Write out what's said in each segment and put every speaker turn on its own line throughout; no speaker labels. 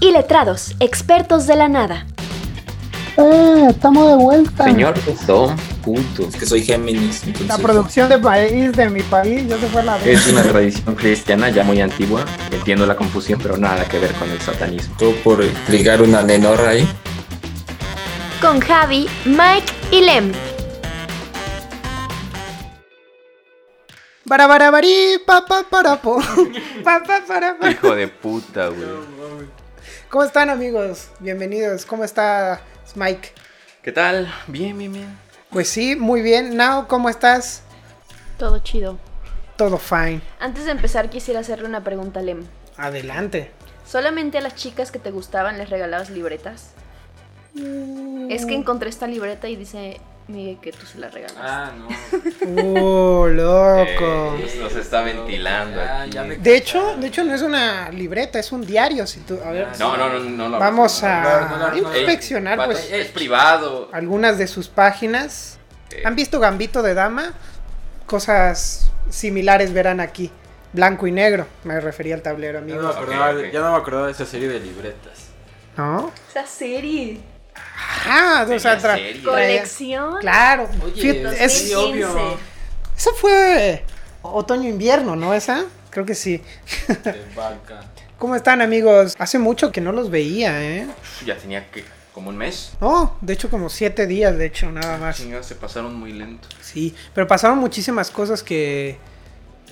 y letrados, expertos de la nada.
¡Eh! Estamos de vuelta.
Señor Don Punto.
Es que soy Géminis. entonces-
La producción de país de mi país ya se fue a la
Es una tradición cristiana ya muy antigua. Entiendo la confusión, pero nada que ver con el satanismo.
Todo por ligar una nenorra ahí.
Con Javi, Mike y Lem.
Barabarabarí, pa pa para po. Pa, pa, para, pa.
Hijo de puta, güey.
¿Cómo están amigos? Bienvenidos. ¿Cómo estás, Mike?
¿Qué tal? Bien, bien, bien.
Pues sí, muy bien. Now, ¿cómo estás?
Todo chido.
Todo fine.
Antes de empezar quisiera hacerle una pregunta a Lem.
Adelante.
¿Solamente a las chicas que te gustaban les regalabas libretas? Es que encontré esta libreta y dice Miguel que tú se la regalaste.
no.
Uh, loco.
Eh, nos está ventilando.
Ya, ya
aquí.
me-
De hecho, de hecho no es una libreta, es un diario. Si tú, a ver,
No, no, no, no. lo
vamos
abras, no,
a
no, no, no, no.
no. Ey,
inspeccionar
vato,
pues
Es privado.
algunas de sus páginas. ¿Han visto Gambito de Dama? Cosas similares verán aquí. Blanco y negro, me refería al tablero,
Ya no,
amigos.
me acordaba,
ok.
ya no me acordaba de esa serie de libretas.
¿No?
Esa serie.
Ajá, o sea, tra-
serie.
traía-
Colección.
Claro.
Oye,
Fíjate, es-
sí, obvio.
2015.
esa fue otoño-invierno, ¿no? Esa, creo que sí.
De vaca.
¿Cómo están, amigos? Hace mucho que no los veía, ¿eh?
Ya tenía que como un mes.
No, de hecho, como siete días, de hecho, nada más.
Chinga, se pasaron muy lento.
Sí, pero pasaron muchísimas cosas que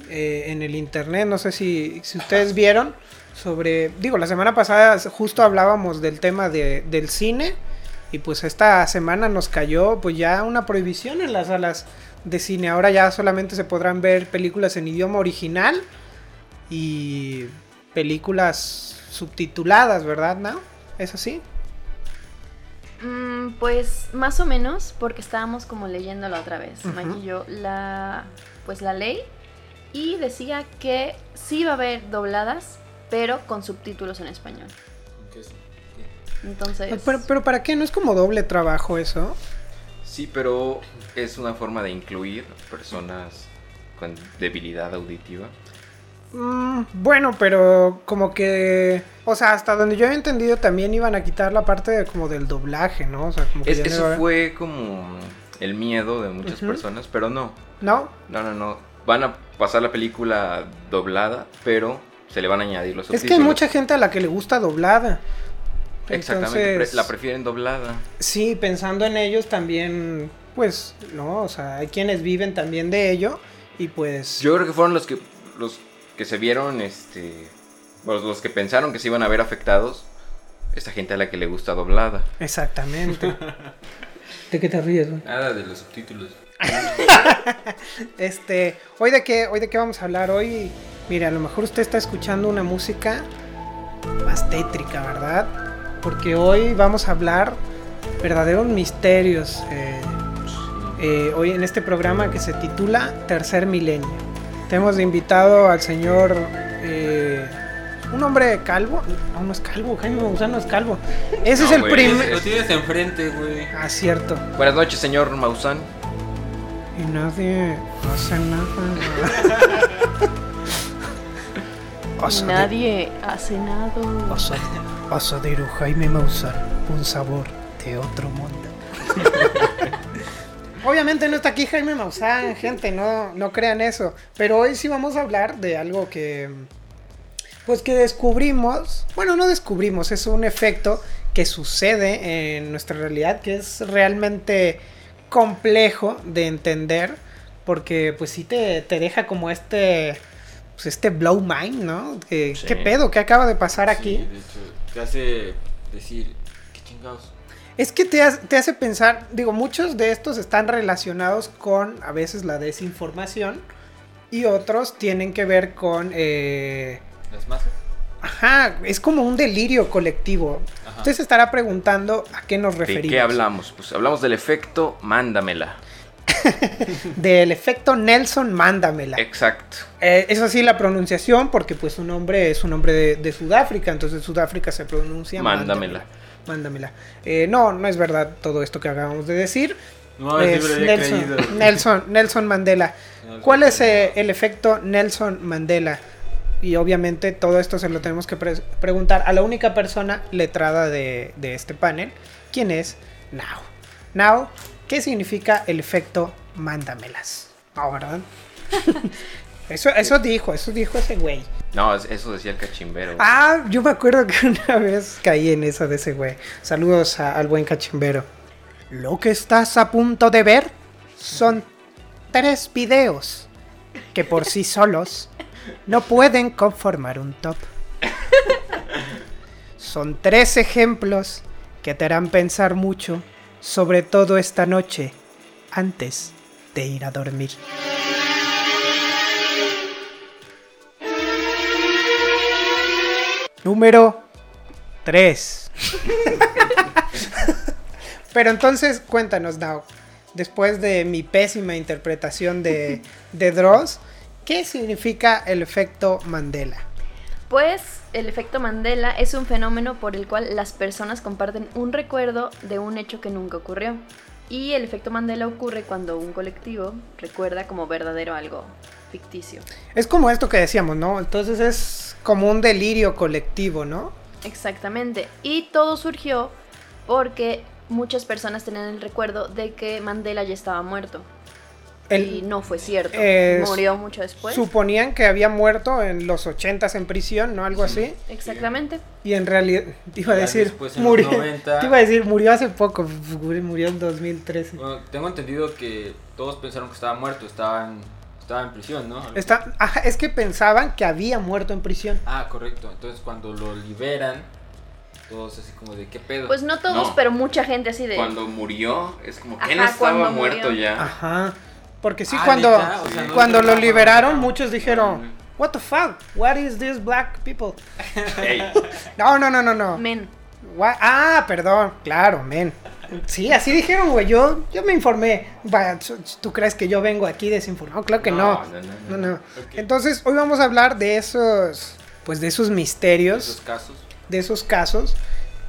eh, en el internet, no sé si, si ustedes vieron, sobre, digo, la semana pasada justo hablábamos del tema de- del cine y pues esta semana nos cayó pues ya una prohibición en las salas de cine, ahora ya solamente se podrán ver películas en idioma original y películas subtituladas, ¿verdad, Nao? ¿Es así?
Mm, pues más o menos, porque estábamos como leyendo la otra vez,
Ujú.
Mike y yo, la, pues la ley, y decía que sí iba a haber dobladas, pero con subtítulos en español. Entonces,
Pero, pero ¿para qué? ¿No es como doble trabajo eso?
Sí, pero es una forma de incluir personas con debilidad auditiva.
Mm, bueno, pero como que, o sea, hasta donde yo he entendido también iban a quitar la parte de, como del doblaje, ¿no? O sea, como que
Es-
ya no iba a
eso
haber-
fue como el miedo de muchas
Ujú.
personas, pero no.
¿No?
No, no, no. Van a pasar la película doblada, pero se le van a añadir los
Es
subtítulos.
que hay mucha gente a la que le gusta doblada.
Exactamente,
Entonces,
pre- la prefieren doblada.
sí, pensando en ellos también, pues, no, o sea, hay quienes viven también de ello y pues...
Yo creo que fueron los que los que se vieron, este, los, los que pensaron que se iban a ver afectados. Esta gente a la que le gusta doblada.
Exactamente. ¿De qué te ríes, güey?
Nada de los subtítulos.
Este, hoy de qué, hoy de qué vamos a hablar hoy. Mira, a lo mejor usted está escuchando una música más tétrica, ¿verdad? Porque hoy vamos a hablar verdaderos misterios. eh, eh, hoy en este programa que se titula Tercer Milenio. Tenemos de invitado al señor, eh, un hombre calvo. No, no es calvo, Jaime Maussan no es calvo. Ese
No,
es el
güey,
primer.
ese-
Lo tienes enfrente, güey.
Ah, cierto.
Buenas noches, señor Maussan.
Y nadie hace nada. Oso de-
nadie ha cenado.
oso de- oso de Iru, Jaime Maussan, un sabor de otro mundo. Obviamente no está aquí Jaime Maussan, gente, no, no crean eso. Pero hoy sí vamos a hablar de algo que. Pues que descubrimos. Bueno, no descubrimos, es un efecto que sucede en nuestra realidad, que es realmente complejo de entender. Porque pues sí te, te deja como este. Pues este blow mind, ¿no? Que-
Sí.
¿Qué pedo? ¿Qué acaba de pasar aquí?
Sí, de hecho, te hace decir, qué chingados.
Es que te, ha- te hace pensar, digo, muchos de estos están relacionados con a veces la desinformación y otros tienen que ver con... eh,
¿Las masas?
ajá, es como un delirio colectivo.
Ajá.
Usted se estará preguntando a qué nos
¿De
referimos.
qué hablamos? Pues hablamos del efecto mándamela.
Del efecto Nelson Mándamela.
Exacto.
Eh, es así la pronunciación porque pues su nombre es un nombre de, de Sudáfrica, entonces Sudáfrica se pronuncia
Mándamela.
Mándamela. Eh, no, no es verdad todo esto que acabamos de decir.
No, es,
Es
siempre había
Nelson,
creído.
Nelson, Nelson Mandela.
Nelson
¿Cuál es
Mandela.
eh, el efecto Nelson Mandela? Y obviamente todo esto se lo tenemos que pre- preguntar a la única persona letrada de, de este panel, quien es Now. Now, ¿qué significa el efecto mándamelas? No, ¿verdad? eso, eso dijo, eso dijo ese güey.
No, es- eso decía el cachimbero. güey.
Ah, yo me acuerdo que una vez caí en esa de ese güey. Saludos a- al buen cachimbero. Lo que estás a punto de ver son tres videos que por sí solos no pueden conformar un top. Son tres ejemplos que te harán pensar mucho, sobre todo esta noche, antes de ir a dormir. Número 3. Pero entonces, cuéntanos, Dao, después de mi pésima interpretación de, de Dross, ¿qué significa el efecto Mandela?
Pues el efecto Mandela es un fenómeno por el cual las personas comparten un recuerdo de un hecho que nunca ocurrió. Y el efecto Mandela ocurre cuando un colectivo recuerda como verdadero algo ficticio.
Es como esto que decíamos, ¿no? Entonces es como un delirio colectivo, ¿no?
Exactamente. Y todo surgió porque muchas personas tenían el recuerdo de que Mandela ya estaba muerto.
El-
y no pues. fue cierto.
es-
Murió mucho después.
Suponían que había muerto en los 80s en prisión, ¿no? Algo así.
Exactamente.
Y en realidad, te iba a
Ya
decir,
después en los
murió,
90.
te iba a decir, murió hace poco, murió en 2013.
Bueno, tengo entendido que todos pensaron que estaba muerto, estaba en, estaba en prisión, ¿no?
Está, ajá, es que pensaban que había muerto en prisión.
Ah, correcto. Entonces cuando lo liberan, todos así como de qué pedo.
Pues no todos,
No.
pero mucha gente así de...
Cuando murió, es como que no
Ajá,
estaba
cuando
muerto
murió.
ya.
Ajá. Porque sí,
Ah,
cuando,
¿neta? O sea, no-
cuando
no-
lo
no-
liberaron,
no-
muchos dijeron, What the fuck? What is this black people?
Ey,
No, no, no, no, no.
Men.
Wha- Ah, perdón, claro, men. Sí, así dijeron, güey. Yo, yo me informé. Vaya, ¿tú- ¿Tú crees que yo vengo aquí desinformado? Claro que no.
no,
No,
no, no.
no. Entonces, hoy vamos a hablar de esos. Pues de esos misterios.
esos casos.
de esos casos.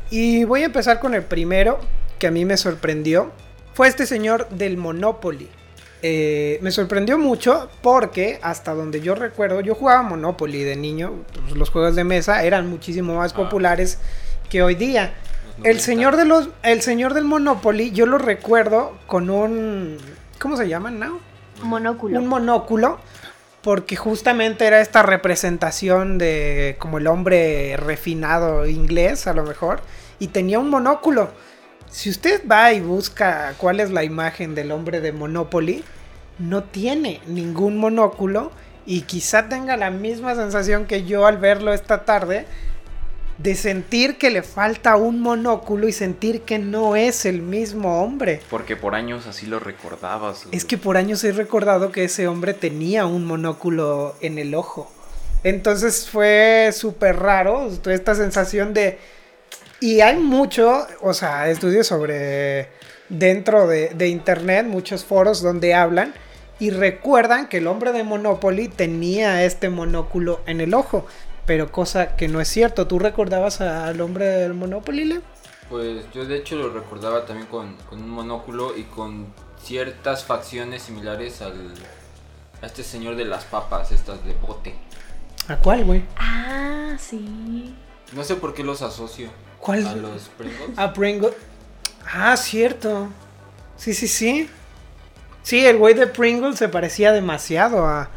Y voy a empezar con el primero que a mí me sorprendió. Fue este señor del Monopoly. Eh, me sorprendió mucho porque hasta donde yo recuerdo, yo jugaba Monopoly de niño. pues, los juegos de mesa eran muchísimo más
Ah.
populares que hoy día.
los
El
90.
señor, de los, el señor del Monopoly yo lo recuerdo con un... ¿Cómo se llaman now?
Monóculo.
Un monóculo. Porque justamente era esta representación de como el hombre refinado inglés, a lo mejor. Y tenía un monóculo. Si usted va y busca cuál es la imagen del hombre de Monopoly, no tiene ningún monóculo. Y quizá tenga la misma sensación que yo al verlo esta tarde. De sentir que le falta un monóculo y sentir que no es el mismo hombre.
Porque por años así lo recordabas. güey.
Es que por años he recordado que ese hombre tenía un monóculo en el ojo. Entonces fue súper raro toda esta sensación de... Y hay mucho, o sea, estudios sobre... Dentro de, de internet, muchos foros donde hablan y recuerdan que el hombre de Monopoly tenía este monóculo en el ojo. Pero cosa que no es cierto. ¿Tú recordabas al hombre del Monopoly, Leo?
Pues yo de hecho lo recordaba también con, con un monóculo y con ciertas facciones similares al a este señor de las papas, estas de bote.
¿A cuál, güey?
Ah, sí.
No sé por qué los asocio
¿Cuál?
a los Pringles.
A Pringle. Ah, cierto. Sí, sí, sí. Sí, el güey de Pringle se parecía demasiado a.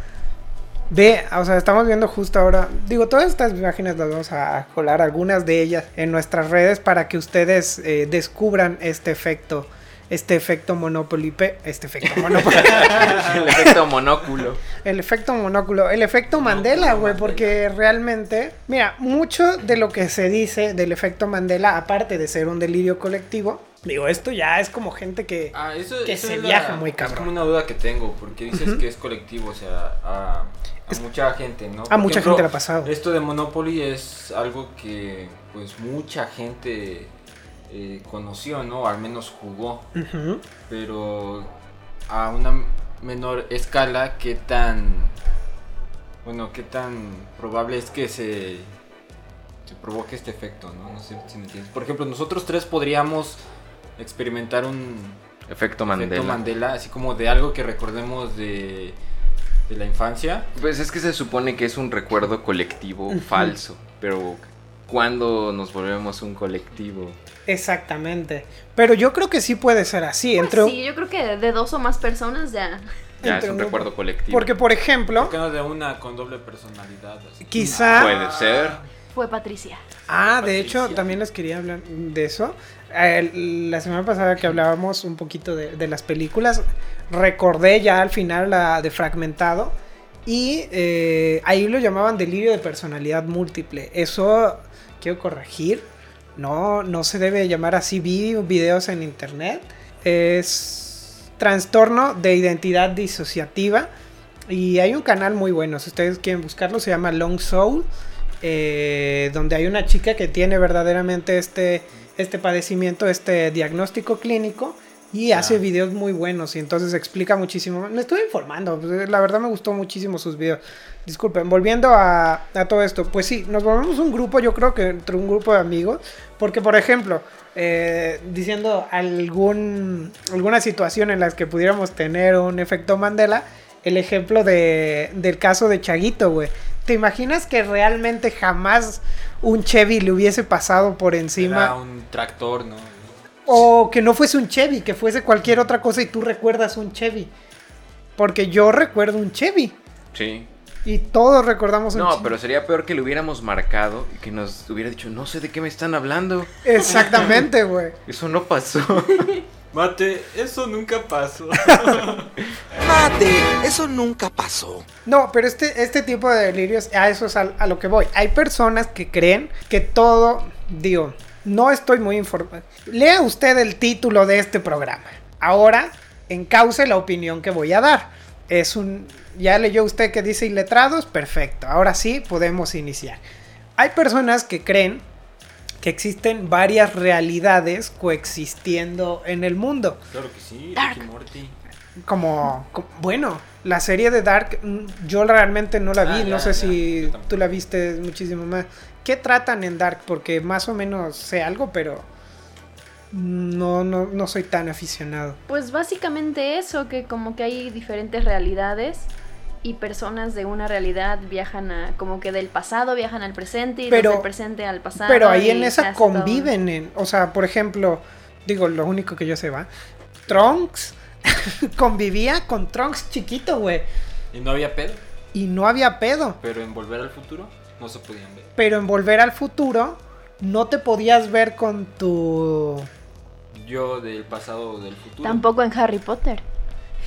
Ve, o sea, estamos viendo justo ahora. Digo, todas estas imágenes las vamos a colar, algunas de ellas, en nuestras redes para que ustedes eh, descubran este efecto. Este efecto Monopoly. pe- Este efecto Monopoly.
el efecto monóculo.
El efecto monóculo, el efecto Mandela, güey, porque realmente, mira, mucho de lo que se dice del efecto Mandela, aparte de ser un delirio colectivo, digo, esto ya es como gente que...
Ah, eso,
Que
eso
se
es
viaja muy
Es
cabrón.
como una duda que tengo, porque dices que es colectivo, o sea, a, a
Es- Ah,
mucha gente, ¿no?
mucha gente le ha pasado.
Esto de Monopoly es algo que, pues, mucha gente eh, conoció, ¿no? Al menos jugó,
Ujú.
pero a una menor escala, ¿qué tan. Bueno, qué tan probable es que se. se provoque este efecto, ¿no? No sé si me entiendes. Por ejemplo, nosotros tres podríamos experimentar un
Efecto
efecto
Mandela.
Mandela, así como de algo que recordemos de de la infancia.
Pues es que se supone que es un recuerdo colectivo falso, pero ¿cuándo nos volvemos un colectivo?
Exactamente. Pero yo creo que sí puede ser así.
Pues
entre,
sí, yo creo que de dos o más personas ya.
Ya
entre
es un
un-
recuerdo colectivo.
Porque, por ejemplo,
¿Por qué no de una con doble personalidad? así?
quizá...
Puede ser.
Fue Patricia.
Ah, de hecho,
Patricia.
también les quería hablar de eso. Eh, La semana pasada que hablábamos un poquito de, de las películas, recordé ya al final la de Fragmentado y eh, ahí lo llamaban delirio de personalidad múltiple. Eso quiero corregir. No, no se debe llamar así. Vi videos en internet. Es trastorno de identidad disociativa. Y hay un canal muy bueno, si ustedes quieren buscarlo, se llama Long Soul, eh, donde hay una chica que tiene verdaderamente este, este padecimiento, este diagnóstico clínico, y hace videos muy buenos, y entonces explica muchísimo. Me estuve informando, pues, la verdad me gustó muchísimo sus videos. Disculpen, volviendo a, a todo esto, pues sí, nos volvemos un grupo, yo creo que entre un grupo de amigos, porque por ejemplo, eh, diciendo algún, alguna situación en las que pudiéramos tener un efecto Mandela, el ejemplo de, del caso de Chaguito, güey. ¿Te imaginas que realmente jamás un Chevy le hubiese pasado por
Era
encima?
un tractor, ¿no?
O que no fuese un Chevy, que fuese cualquier otra cosa y tú recuerdas un Chevy. Porque yo recuerdo un Chevy.
Sí.
Y todos recordamos un
No,
Chevy.
pero sería peor que lo hubiéramos marcado y que nos hubiera dicho, no sé de qué me están hablando.
Exactamente, güey.
Eso no pasó.
Mate, eso nunca pasó.
Mate, eso nunca pasó.
No, pero este, este tipo de delirios, a eso es al- a, lo que voy. Hay personas que creen que todo, digo, no estoy muy informado. Lea usted el título de este programa. Ahora, encauce la opinión que voy a dar. Es un, ya leyó usted que dice iletrados, perfecto. Ahora sí, podemos iniciar. Hay personas que creen que existen varias realidades coexistiendo en el mundo
claro que sí,
Dark.
Ricky Morty.
como, co- bueno, la serie de Dark mm, yo realmente no la vi,
Ah,
no
ya,
sé
ya,
si
yo tampoco.
tú la viste muchísimo más. ¿Qué tratan en Dark? Porque más o menos sé algo, pero no no no soy tan aficionado.
Pues básicamente eso, que como que hay diferentes realidades y personas de una realidad viajan a, como que del pasado viajan al presente y
Pero-
desde el presente al pasado.
Pero ahí
y
en
se
esa
hace todo un-
conviven, en- o sea, por ejemplo, digo, lo único que yo sé va, Trunks convivía con Trunks chiquito, güey,
Y no había pedo,
y no había pedo.
pero en Volver al Futuro no se podían ver.
Pero en Volver al Futuro no te podías ver con tu
Yo del pasado o del futuro.
Tampoco en Harry Potter.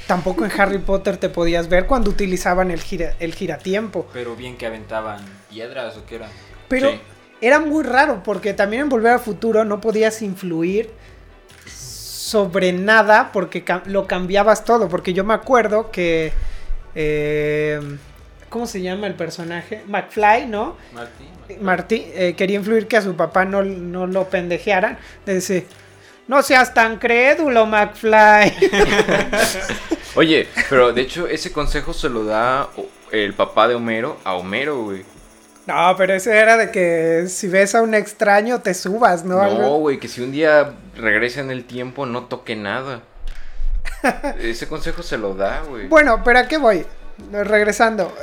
Tampoco en Harry Potter te podías ver cuando utilizaban el, gira, el giratiempo.
Pero bien que aventaban piedras o qué era.
Pero
Sí.
era muy raro porque también en Volver al Futuro no podías influir sobre nada porque cam- lo cambiabas todo. Porque yo me acuerdo que... eh, ¿Cómo se llama el personaje? McFly, ¿no?
Marty, Marty.
Martí eh, quería influir que a su papá no, no lo pendejearan. Le dice, no seas tan crédulo, McFly.
Oye, pero de hecho ese consejo se lo da o- el papá de Homero a Homero, güey.
no, pero ese era de que si ves a un extraño te subas, ¿no?
No,
Algo-
güey, que si un día regresa en el tiempo no toque nada. Ese consejo se lo da, güey.
Bueno, pero ¿a qué voy? Regresando.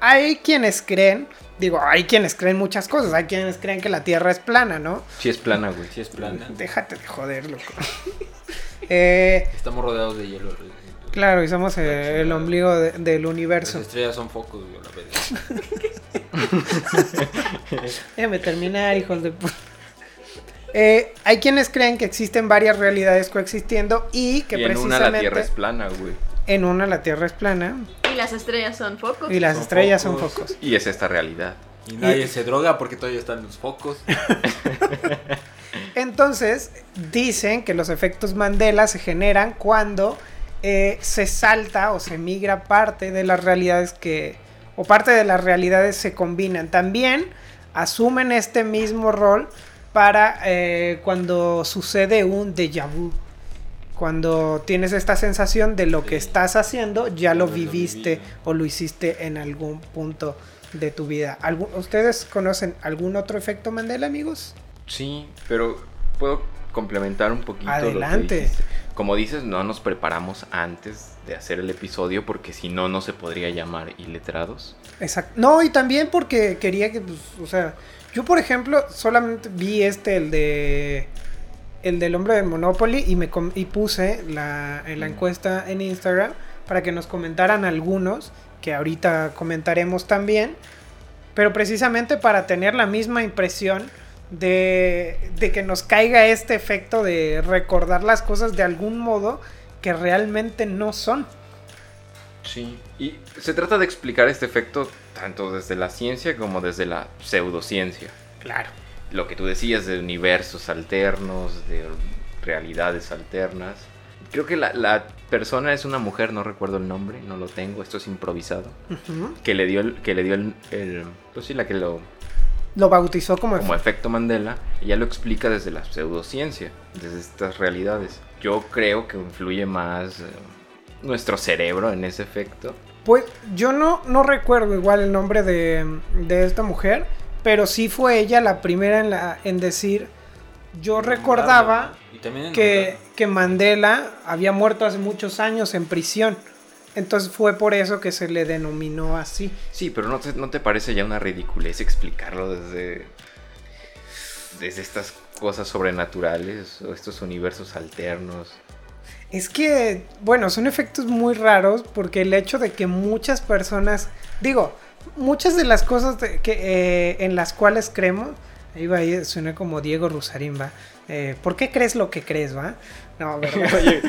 Hay quienes creen, digo, hay quienes creen muchas cosas, hay quienes creen que la Tierra es plana, ¿no?
Si es plana, güey.
Si es plana.
Déjate de joder, loco. Eh,
Estamos rodeados de hielo. güey.
claro, y somos eh, el ombligo de- del
Las
universo.
estrellas son focos, güey, la verdad.
Déjame terminar, hijos de pu- Eh, hay quienes creen que existen varias realidades coexistiendo y que
y en una
precisamente
la tierra es plana, güey.
en una la Tierra es plana
Y las estrellas son focos.
y las
Son
estrellas son
focos.
focos.
Y es esta realidad.
Y nadie se droga porque todavía están los focos.
Entonces, dicen que los efectos Mandela se generan cuando eh, se salta o se migra parte de las realidades que. o parte de las realidades se combinan. También asumen este mismo rol para eh, cuando sucede un déjà vu. Cuando tienes esta sensación de lo que
Sí.
estás haciendo, ya lo
Lo
viviste
viví, ¿no?
o lo hiciste en algún punto de tu vida. ¿Algú- ¿Ustedes conocen algún otro efecto Mandela, amigos?
Sí, pero puedo complementar un poquito. lo que
Adelante.
dijiste? como dices, no nos preparamos antes de hacer el episodio porque si no, no se podría llamar iletrados.
Exacto. No, y también porque quería que, pues, o sea, yo por ejemplo solamente vi este, el de... El del hombre de Monopoly y, me com- y puse la, en la encuesta en Instagram para que nos comentaran algunos, que ahorita comentaremos también, pero precisamente para tener la misma impresión de, de que nos caiga este efecto de recordar las cosas de algún modo que realmente no son.
Sí. Y se trata de explicar este efecto tanto desde la ciencia como desde la pseudociencia.
Claro.
Lo que tú decías de universos alternos, de realidades alternas. Creo que la, la persona es una mujer, no recuerdo el nombre, no lo tengo, esto es improvisado. Que le dio el, que le dio el, el- pues sí, la que lo
Lo bautizó como,
como efecto Mandela, ella lo explica desde la pseudociencia, desde estas realidades. Yo creo que influye más eh, nuestro cerebro en ese efecto.
Pues yo no, no recuerdo igual el nombre de, de esta mujer, pero sí fue ella la primera en, la, en decir, yo recordaba
Y también en
que,
nombrarlo.
que Mandela había muerto hace muchos años en prisión. Entonces fue por eso que se le denominó así.
Sí, pero ¿no te, no te parece ya una ridiculez explicarlo desde, desde estas cosas sobrenaturales o estos universos alternos?
Es que, bueno, son efectos muy raros porque el hecho de que muchas personas, digo, muchas de las cosas de- que, eh, en las cuales creemos, ahí va, ahí suena como Diego Rusarín, va. Eh, ¿Por qué crees lo que crees, va? No, ¿verdad?
Oye,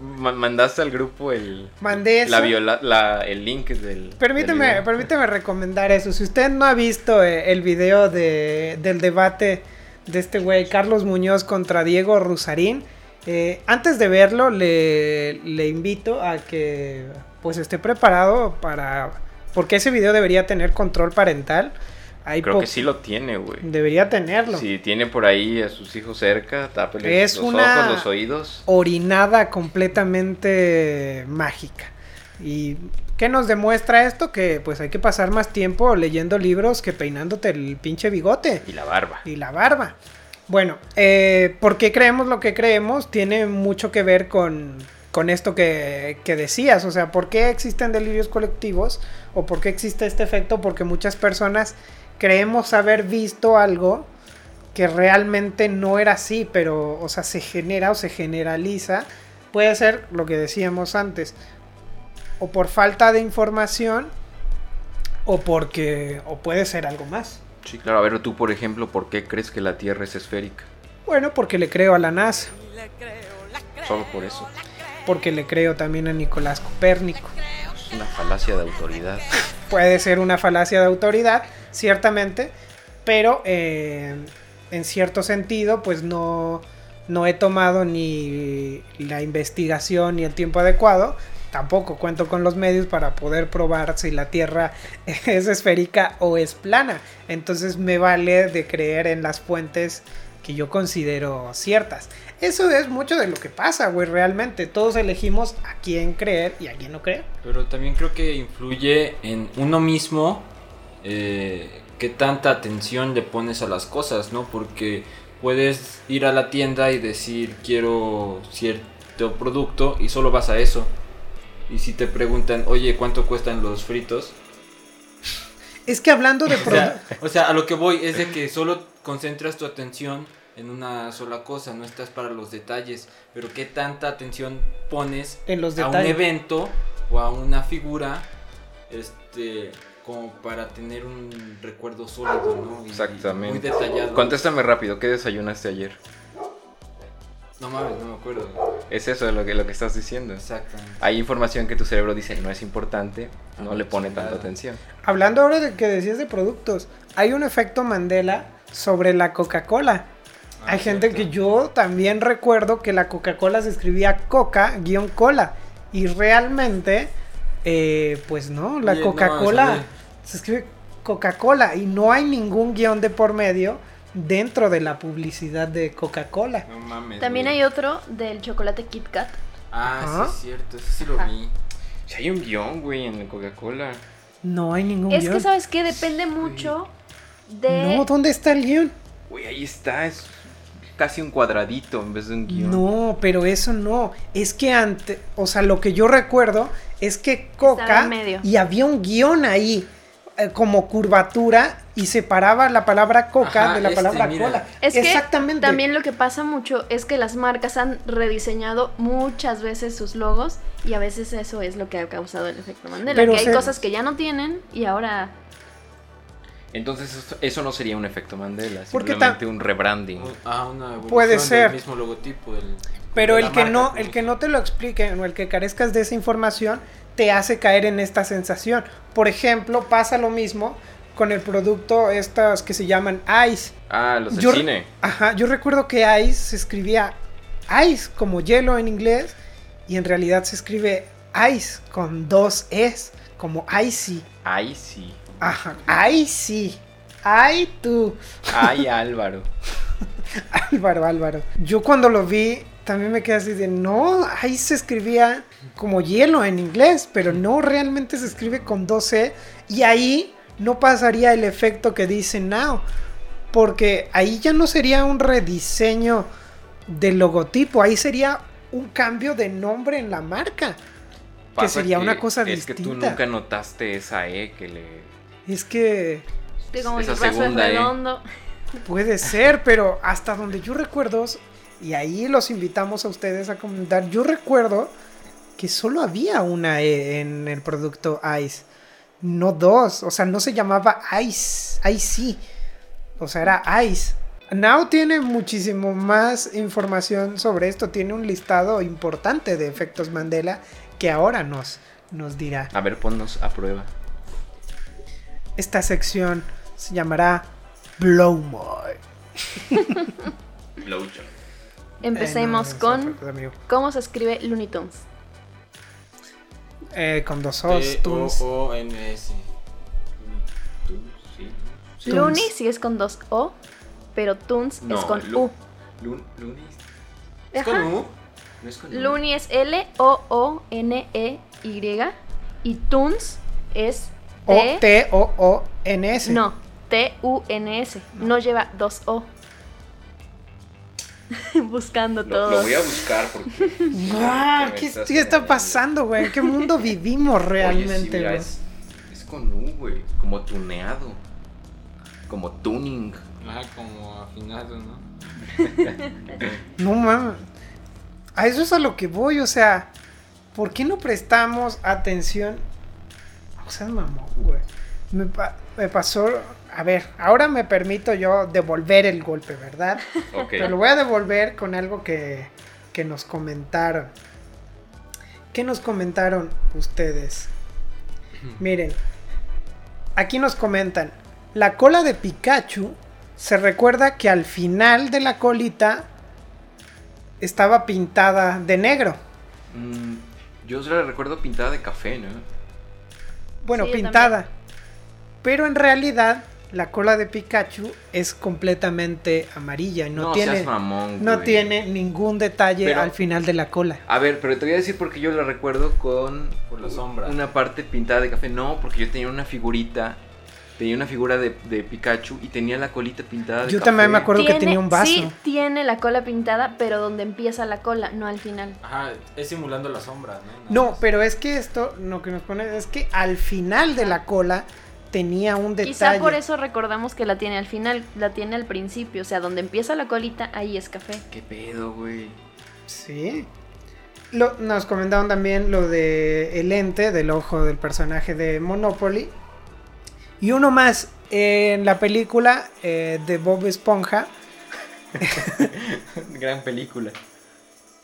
ma- mandaste al grupo el,
Mandé eso.
la viola- la- el link del... del
Permíteme,
video.
permíteme recomendar eso. Si usted no ha visto eh, el video de- del debate de este güey, Carlos Muñoz contra Diego Rusarín, eh, antes de verlo le, le invito a que pues esté preparado para... Porque ese video debería tener control parental. Hay
Creo
po-
que sí lo tiene, güey.
Debería tenerlo.
Si tiene por ahí a sus hijos cerca, tápele
Es
los
una-
ojos, los oídos.
Orinada completamente mágica. ¿Y qué nos demuestra esto? Que pues hay que pasar más tiempo leyendo libros que peinándote el pinche bigote.
Y la barba.
y la barba. Bueno, eh, ¿por qué creemos lo que creemos? Tiene mucho que ver con, con esto que, que decías, o sea, ¿por qué existen delirios colectivos? ¿O por qué existe este efecto? Porque muchas personas creemos haber visto algo que realmente no era así, pero, o sea, se genera o se generaliza. Puede ser lo que decíamos antes, o por falta de información, o porque, o puede ser algo más.
Sí, claro. A ver, tú, por ejemplo, ¿por qué crees que la Tierra es esférica?
Bueno, porque le creo a la NASA,
Solo por eso.
porque le creo también a Nicolás Copérnico.
Es una falacia de autoridad.
Puede ser una falacia de autoridad, ciertamente, pero eh, en cierto sentido, pues no, no he tomado ni la investigación ni el tiempo adecuado. Tampoco cuento con los medios para poder probar si la Tierra es esférica o es plana. Entonces me vale de creer en las fuentes que yo considero ciertas. Eso es mucho de lo que pasa, güey, realmente. Todos elegimos a quién creer y a quién no creer.
Pero también creo que influye en uno mismo eh, qué tanta atención le pones a las cosas, ¿no? Porque puedes ir a la tienda y decir quiero cierto producto y solo vas a eso. Y si te preguntan, oye, ¿cuánto cuestan los fritos?
Es que hablando de...
O
produ-
sea, o sea, a lo que voy es de que solo concentras tu atención en una sola cosa, no estás para los detalles, pero qué tanta atención pones
en los
a un
detalles.
evento o a una figura este como para tener un recuerdo sólido, ¿no? Y-
Exactamente.
Muy detallado.
Contéstame rápido, ¿qué desayunaste ayer?
No mames, no me acuerdo.
Es eso lo que, lo que estás diciendo.
Exactamente.
Hay información que tu cerebro dice no es importante, no
Ah,
le pone tanta
chingada.
atención.
Hablando ahora de que decías de productos, hay un efecto Mandela sobre la Coca-Cola.
Ah,
hay gente que
cierto.
yo también recuerdo que la Coca-Cola se escribía Coca-Cola. Y realmente, eh, pues no, la
Oye, no,
Coca-Cola
sabía.
se escribe Coca-Cola y no hay ningún guión de por medio dentro de la publicidad de Coca-Cola.
No mames.
También
güey.
hay otro del chocolate Kit Kat.
Ah,
Ajá.
sí es cierto, ese sí lo
Ajá.
vi.
Si hay un guión, güey, en la Coca-Cola.
No hay ningún
Es
guión.
que, ¿sabes qué? Depende mucho de...
No, ¿dónde está el guión?
Güey, ahí está. Es casi un cuadradito en vez de un guión.
No, pero eso no. Es que antes, o sea, lo que yo recuerdo es que Coca
en medio.
y había un guión ahí eh, como curvatura y separaba la palabra Coca
Ajá,
de la
este,
palabra
mira.
cola.
Es que
Exactamente.
también lo que pasa mucho es que las marcas han rediseñado muchas veces sus logos y a veces eso es lo que ha causado el efecto Mandela.
Pero
que hay
se-
cosas que ya no tienen y ahora
Entonces esto- eso no sería un efecto Mandela,
Porque
simplemente un rebranding.
Un- ah, una evolución
Puede
del
ser.
mismo logotipo. del-
Pero
de
el
la
que
marca,
no,
pues.
el que no te lo explique o el que carezcas de esa información te hace caer en esta sensación. Por ejemplo, pasa lo mismo con el producto estas que se llaman Ice.
Ah, los del
Yo re-
cine.
Ajá, yo recuerdo que Ice se escribía Ice como hielo en inglés y en realidad se escribe Ice con dos es como Icy.
Ay, sí.
Ajá, Icy. Ay tú.
Ay, Álvaro.
Álvaro, Álvaro. Yo cuando lo vi también me quedé así de no, ahí se escribía como hielo en inglés, pero no realmente se escribe con 12 y ahí no pasaría el efecto que dice now, porque ahí ya no sería un rediseño del logotipo, ahí sería un cambio de nombre en la marca.
Pasa
sería una cosa
Es que tú
distinta.
nunca notaste esa E que le...
Es que
que como
esa
el brazo es
segunda E.
redondo.
Puede ser, pero hasta donde yo recuerdo, y ahí los invitamos a ustedes a comentar, yo recuerdo que solo había una E en el producto Ice, no dos, o sea, no se llamaba Ice, Ice, o sea, era Ice. Now tiene muchísimo más información sobre esto, tiene un listado importante de efectos Mandela que ahora nos, nos dirá.
A ver, ponnos a prueba.
Esta sección se llamará Blow More.
Blowjob.
Empecemos
Eh, no, no, no,
con
no, amigo.
cómo se escribe Looney Tunes.
Eh, con dos O's, Tunes.
T-O-O-N-S.
Tú, sí.
Tunes.
Looney sí es con dos O, pero Tunes
No,
es con
Lu-
U.
Lu- Lunis.
¿Es con
Ajá.
U?
No es con U.
Looney es L-O-O-N-E-Y E y Tunes es T.
O-T-O-O-N-S.
No, T-U-N-S. No lleva dos O. Buscando
Lo,
todo.
lo voy a buscar porque.
Guau,
Me
Ah, ¿Qué,
estás
qué está
engañando.
pasando, güey? ¿En qué mundo vivimos
Oye, sí,
realmente,
mira,
güey?
es, es con U, güey. Como tuneado. Como tuning.
Ajá, como afinado, ¿no?
No mames. A eso es a lo que voy, o sea, ¿por qué no prestamos atención? O sea, mamón, güey. Me, pa- me pasó. A ver, ahora me permito yo devolver el golpe, ¿verdad?
Ok.
Pero lo voy a devolver con algo que, que nos comentaron. ¿Qué nos comentaron ustedes? Miren, aquí nos comentan, la cola de Pikachu se recuerda que al final de la colita estaba pintada de negro.
Mm, yo solo la recuerdo pintada de café, ¿no?
Bueno,
Sí, yo
pintada. Pero en realidad la cola de Pikachu es completamente amarilla y no, tiene,
seas mamón,
no
güey.
tiene ningún detalle
Pero-
al final de la cola.
A ver, pero te voy a decir porque yo la recuerdo con.
Por la sombra.
Una parte pintada de café. No, porque yo tenía una figurita. Tenía una figura de, de Pikachu y tenía la colita pintada de
Yo
café.
también me acuerdo que tenía un vaso.
Sí, tiene la cola pintada, pero donde empieza la cola, no al final.
Ajá, es simulando la sombra, ¿no? Nada
No,
más.
pero es que esto, lo que nos pone es que al final de la cola tenía un detalle.
Quizá por eso recordamos que la tiene al final, la tiene al principio. O sea, donde empieza la colita, ahí es café.
¿Qué pedo, güey?
Sí. Lo- nos comentaron también lo de el ente del ojo del personaje de Monopoly. Y uno más eh, en la película eh, de Bob Esponja.
Gran película.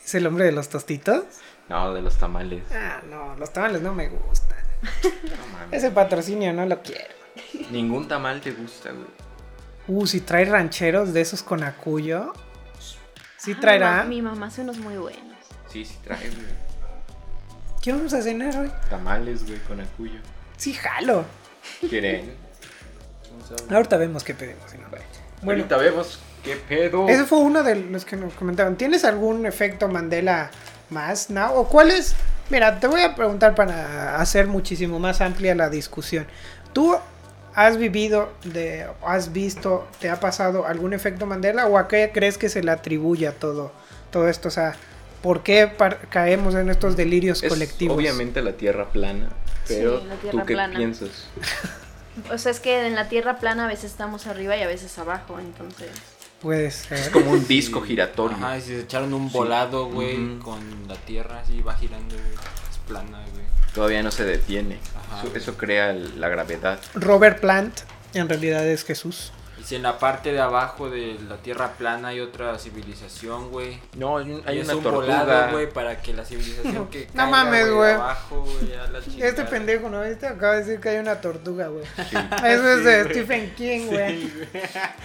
¿Es el hombre de los tostitos?
No, de los tamales.
Ah, no, los tamales no me gustan.
No mames.
Ese patrocinio no lo quiero.
Ningún tamal te gusta, güey.
Uh, si trae rancheros de esos con acuyo. Sí
Ah,
traerá.
Mi, ma- mi mamá hace unos muy buenos.
Sí, sí trae, güey.
¿Qué vamos a cenar hoy?
Tamales, güey, con acuyo.
Sí, jalo.
¿Quieren?
Ahorita vemos qué pedimos. si no. Bueno,
Ahorita vemos qué pedo.
ese fue uno de los que nos comentaron. ¿Tienes algún efecto Mandela más, Nao? ¿O cuál es? Mira, te voy a preguntar para hacer muchísimo más amplia la discusión. ¿Tú ¿Has vivido, de, has visto, te ha pasado algún efecto Mandela o a qué crees que se le atribuye a todo, todo esto? O sea, ¿por qué par- caemos en estos delirios
Es
colectivos?
obviamente la tierra plana,
Sí,
pero
la tierra
¿tú qué
plana.
piensas?
O sea, es que en la tierra plana a veces estamos arriba y a veces abajo, entonces.
Puede
Es
ser.
como un
Sí.
disco giratorio.
Ajá, y si se echaron un volado, güey,
Ujú.
con la tierra así, va girando, güey. Es plana, güey.
Todavía no se detiene.
Ajá.
Eso, eso crea el- la gravedad.
Robert Plant en realidad es Jesús.
Y si en la parte de abajo de la tierra plana hay otra civilización, güey.
No, hay, un- hay
Y es
una
un
tortuga.
volado, güey, para que la civilización que
No
caiga,
mames,
de
güey.
abajo, güey, a la chingada.
Este pendejo, ¿no? Este acaba de decir que hay una tortuga, güey.
Sí.
Eso es de
Sí, güey. Ah,
Stephen King, güey.
Güey,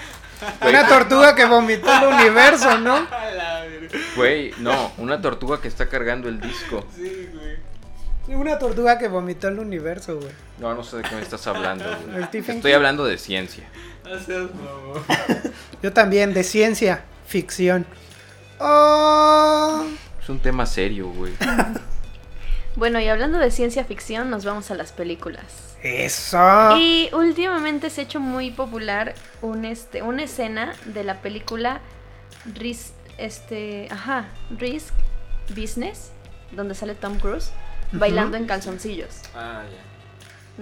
Una tortuga que vomitó el universo, ¿no?
A la verga.
Güey, no, una tortuga que está cargando el disco.
Sí, güey.
Una tortuga que vomitó el universo, güey.
No, no sé de qué me estás hablando, güey.
Stephen
Estoy
King.
hablando de ciencia.
No seas mamón.
Yo también, de ciencia, ficción. Oh,
Es un tema serio, güey.
Bueno, y hablando de ciencia ficción, nos vamos a las películas.
Ah.
eso. Ah,
Y últimamente se ha hecho muy popular un este, una escena de la película Risk, este, ajá, Risk Business, donde sale Tom Cruise bailando en calzoncillos.
Ah, ya.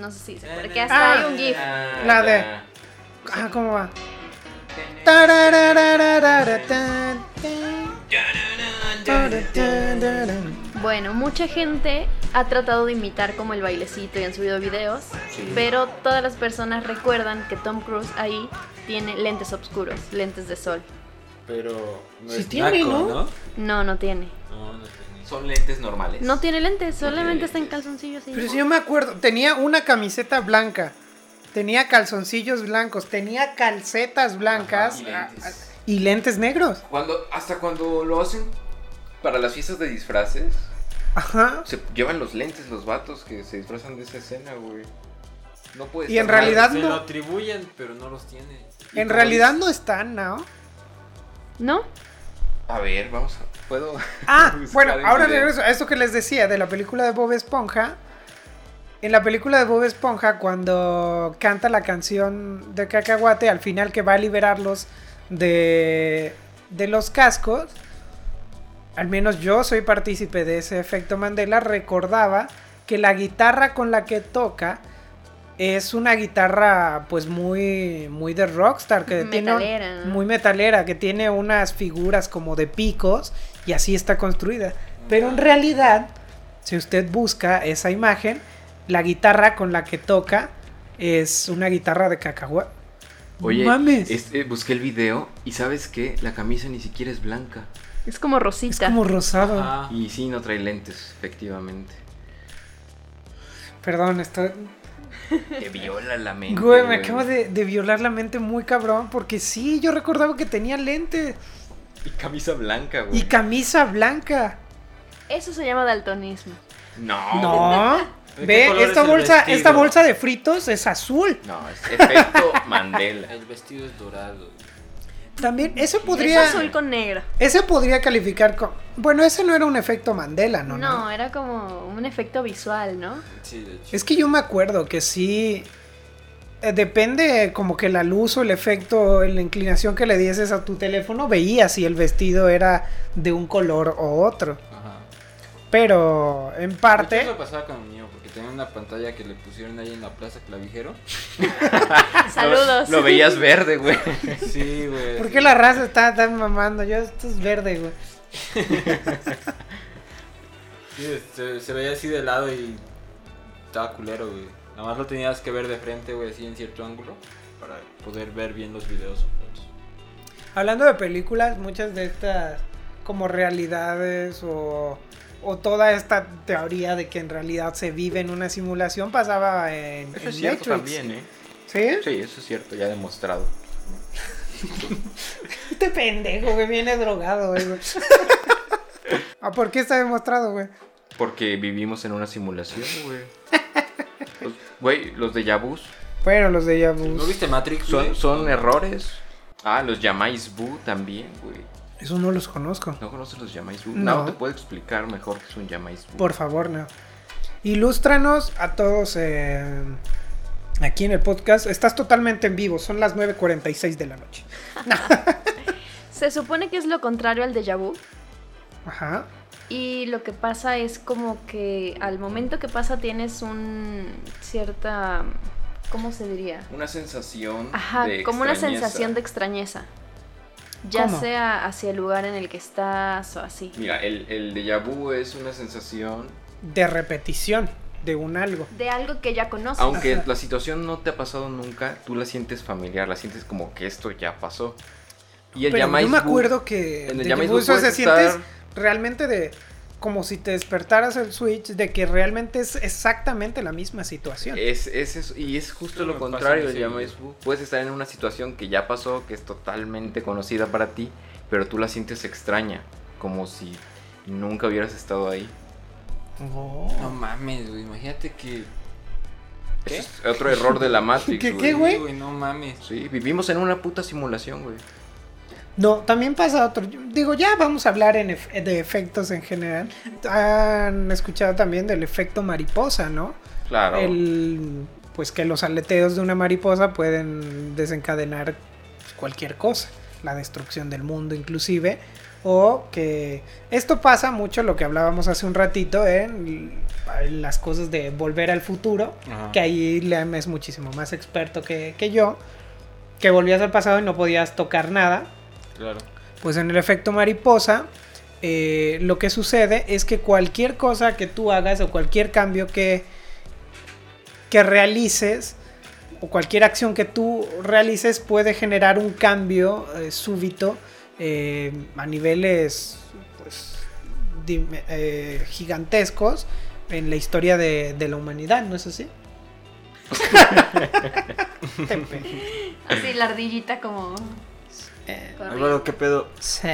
No sé si se acuerdan, que
Ah.
hasta hay un GIF.
La de- Ah, ¿cómo va? Tarararararararán. Tararararararán.
Bueno, mucha gente ha tratado de imitar como el bailecito y han subido videos, pero todas las personas recuerdan que Tom Cruise ahí tiene lentes oscuros, lentes de sol.
Pero no
Sí
es
tiene,
naco,
¿no?
¿no?
No, no tiene.
No, no tiene.
Son lentes normales.
No tiene lentes,
No tiene
solamente está en
lentes.
calzoncillos. y-
Pero si yo me acuerdo, tenía una camiseta blanca, tenía calzoncillos blancos, tenía calcetas blancas
Y
a-
lentes.
a- y lentes negros.
Cuando, hasta cuando lo hacen para las fiestas de disfraces,
Ajá.
se llevan los lentes los vatos que se disfrazan de esa escena, güey. No puede
Y
estar
en
mal.
realidad
Se
no.
lo atribuyen, pero no los tiene.
En realidad no están, ¿no?
¿No?
A ver, vamos a... ¿Puedo?
Ah,
Buscar
bueno,
el
ahora
video.
regreso a esto que les decía de la película de Bob Esponja. En la película de Bob Esponja, cuando canta la canción de Cacahuate, al final que va a liberarlos de, de los cascos, al menos yo soy partícipe de ese efecto Mandela, recordaba que la guitarra con la que toca es una guitarra pues muy, muy de rockstar, que tiene... un-
Metalera, ¿no?
Muy metalera, que tiene unas figuras como de picos y así está construida. Pero en realidad, si usted busca esa imagen, la guitarra con la que toca es una guitarra de cacahuate.
Oye,
Mames.
este, busqué el video y ¿sabes qué? La camisa ni siquiera es blanca.
Es como
Es
rosita.
como rosado.
Ah,
Y sí, no trae lentes, efectivamente.
Perdón, estoy...
Te viola la mente,
Güey, me acabo de, de violar la mente muy cabrón porque sí, yo recordaba que tenía lentes
Y camisa blanca, güey.
y camisa blanca.
Eso se llama daltonismo.
No.
No.
¿De qué
Ve,
color
esta
es el
bolsa,
vestido?
esta bolsa de fritos es azul.
No, es efecto Mandela.
el vestido es dorado.
También, eso podría...
Es azul con negro.
Ese podría calificar con. Bueno, ese no era un efecto Mandela,
No,
¿no? No.
era como un efecto visual, ¿no?
Sí, de hecho.
Es que yo me acuerdo que sí. eh, Depende como que la luz o el efecto, la inclinación que le dieses a tu teléfono, veías si el vestido era de un color o otro.
Ajá.
Pero en parte,
Eso pasaba con el mío, porque tenía una pantalla que le pusieron ahí en la plaza clavijero.
Saludos.
Lo veías verde, güey.
Sí, güey.
¿por qué la raza está tan mamando? Yo, esto es verde, güey.
Sí, se, se veía así de lado y estaba culero, güey. Nada más lo tenías que ver de frente, güey, así en cierto ángulo, para poder ver bien los videos o fotos.
Hablando de películas, muchas de estas como realidades o, o toda esta teoría de que en realidad se vive en una simulación pasaba en, en Matrix.
¿eh?
¿Sí?
Sí, eso es cierto, ya demostrado.
Este pendejo que viene drogado, güey. Ah, ¿Por qué está demostrado, güey?
Porque vivimos en una simulación, güey. Los- Güey, los de Yabus
Bueno, los de
¿No
Yabus.
viste Matrix?
son,
güey?
son errores. Ah, los llamáis Bu también, güey.
Eso no los conozco.
¿No conoces los llamáis Bu?
No.
No. te puedo explicar mejor qué es un llamáis Bu.
Por favor, no. Ilústranos a todos eh, aquí en el podcast. Estás totalmente en vivo, son las 9.46 de la noche.
Se supone que es lo contrario al déjà vu.
Ajá.
Y lo que pasa es como que al momento que pasa tienes un cierta. ¿Cómo se diría?
Una sensación.
Ajá,
de
como una
extrañeza.
sensación de extrañeza. Ya
¿Cómo?
sea hacia el lugar en el que estás o así.
Mira, el, el déjà vu es una sensación.
Ah,
De repetición de un algo.
De algo que ya conoces.
Aunque
Ajá.
la situación no te ha pasado nunca, tú la sientes familiar, la sientes como que esto ya pasó. Y el
Pero
Yamais
yo me
Vu-
acuerdo que
En
de
el Yamais
Yabu
Vu
eso se
puedes
sientes
estar-
realmente de como si te despertaras el Switch de que realmente es exactamente la misma situación.
Es, es eso, y es justo
Eso
lo
me pasa
contrario
muy
del Yamais Vu. Puedes estar en una situación que ya pasó, que es totalmente conocida para ti, pero tú la sientes extraña, como si nunca hubieras estado ahí.
No
Oh.
mames, güey. Imagínate que. ¿Qué?
Eso es otro error de la Matrix.
¿Qué- qué, güey?
Sí, no mames.
Sí, vivimos en una puta simulación, güey.
No, también pasa otro. Yo Digo, ya vamos a hablar en ef- de efectos en general. Han escuchado también del efecto mariposa, ¿no?
Claro.
El, pues que los aleteos de una mariposa pueden desencadenar cualquier cosa, la destrucción del mundo inclusive, o que esto pasa mucho lo que hablábamos hace un ratito en l- las cosas de volver al futuro,
Ajá.
que ahí Lem es muchísimo más experto que, que yo, que volvías al pasado y no podías tocar nada,
Claro.
pues en el efecto mariposa, eh, lo que sucede es que cualquier cosa que tú hagas o cualquier cambio que, que realices o cualquier acción que tú realices puede generar un cambio eh, súbito eh, a niveles pues, dim- eh, gigantescos en la historia de, de la humanidad, ¿no es así? Tempe. Eh,
Así la ardillita como. corriendo.
Álvaro, ¿qué pedo?
Sí.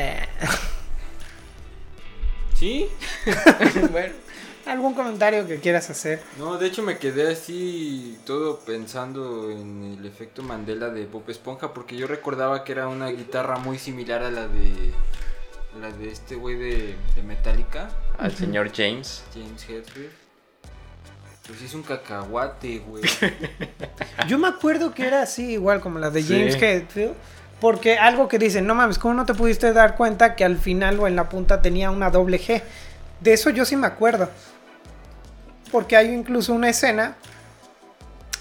¿Sí?
Bueno,
¿Algún comentario que quieras hacer?
No, de hecho me quedé así todo pensando en el efecto Mandela de Bob Esponja porque yo recordaba que era una guitarra muy similar a la de a la de este güey de, de Metallica,
al señor James.
James Hetfield. Pues es un cacahuate, güey.
Yo me acuerdo que era así, igual como la de
Sí.
James Hetfield. Porque algo que dicen, no mames, ¿cómo no te pudiste dar cuenta que al final o en la punta tenía una doble G? De eso yo sí me acuerdo. Porque hay incluso una escena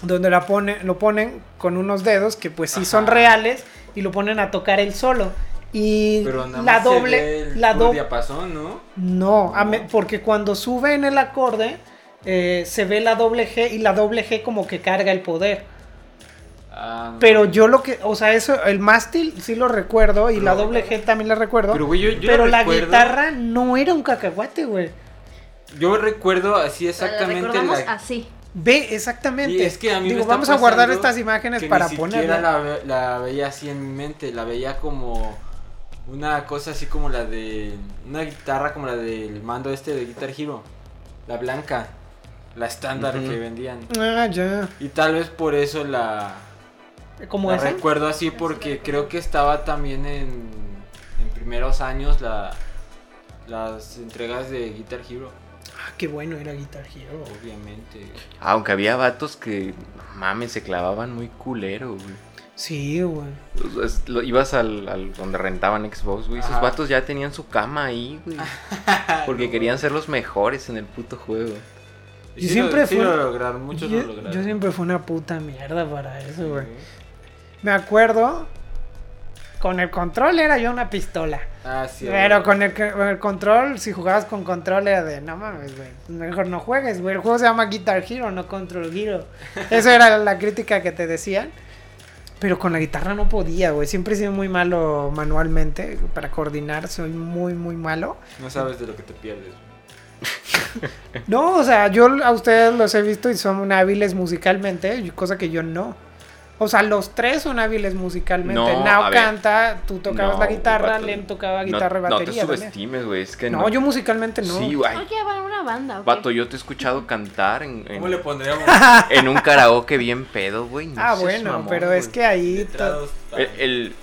donde la pone, lo ponen con unos dedos que pues sí son
Ajá.
reales y lo ponen a tocar él solo. Y
Pero nada
la
más se
doble,
ve el
la
puro
doble,
diapasón, ¿no?
no, a me- porque cuando sube en el acorde eh, se ve la doble G y la doble G como que carga el poder.
Ah, no.
Pero yo lo que, o sea, eso, el mástil sí lo recuerdo y la doble G también la recuerdo.
Pero,
Pero,
güey, yo, yo
la
recuerdo-
guitarra no era un cacahuate, güey.
Yo recuerdo así
O sea, la
exactamente
recordamos
la-
así.
Ve, exactamente.
Y es que a mí me
Digo,
está
vamos a guardar
pasando
estas imágenes
que
para
ni siquiera
ponerla.
la, ve- la veía así en mi mente, la veía como una cosa así como la de una guitarra como la del mando este de Guitar Hero, la blanca, la estándar
Ujú.
que vendían.
Ah, ya.
Y tal vez por eso la,
¿Cómo
la
esa?
recuerdo así porque creo que estaba también en, en primeros años la las entregas de Guitar Hero,
Ah, qué bueno era Guitar Hero.
obviamente.
Aunque había vatos que, no mames, se clavaban muy culero, güey.
Sí, güey.
O sea, es- lo- ibas al, al- donde rentaban Xbox, güey. Esos
Ajá.
vatos ya tenían su cama ahí, güey. Porque querían ser los mejores en el puto juego.
Y
Yo
sí
siempre
lo, sí
fui-
lo lograron, muchos
yo,
lo lograron.
yo siempre fui una puta mierda para eso, güey.
Sí.
Me acuerdo, con el control era yo una pistola.
Ah, sí.
Pero
güey.
con el, con el control, si jugabas con control era de, no mames, güey, mejor no juegues, güey, el juego se llama Guitar Hero, no Control Hero. Esa era la crítica que te decían. Pero con la guitarra no podía, güey, siempre he sido muy malo manualmente, para coordinar soy muy, muy malo.
No sabes de lo que te pierdes.
No, o sea, yo a ustedes los he visto y son hábiles musicalmente, y cosa que yo no. O sea, los tres son hábiles musicalmente.
No,
Nao
a ver.
canta, tú tocabas
No,
la guitarra,
vato,
Lem tocaba
no-
guitarra y
no,
batería.
te
también.
subestimes, güey. Es que
no,
no.
yo musicalmente no.
Sí, güey.
Oye, van a una banda. ¿o qué?
Vato, yo te he escuchado cantar en, en-
¿Cómo le pondríamos
en un karaoke bien pedo, güey. No
Ah,
seas
bueno,
mamón,
pero es
güey.
que ahí. to-
letrados?
El, el-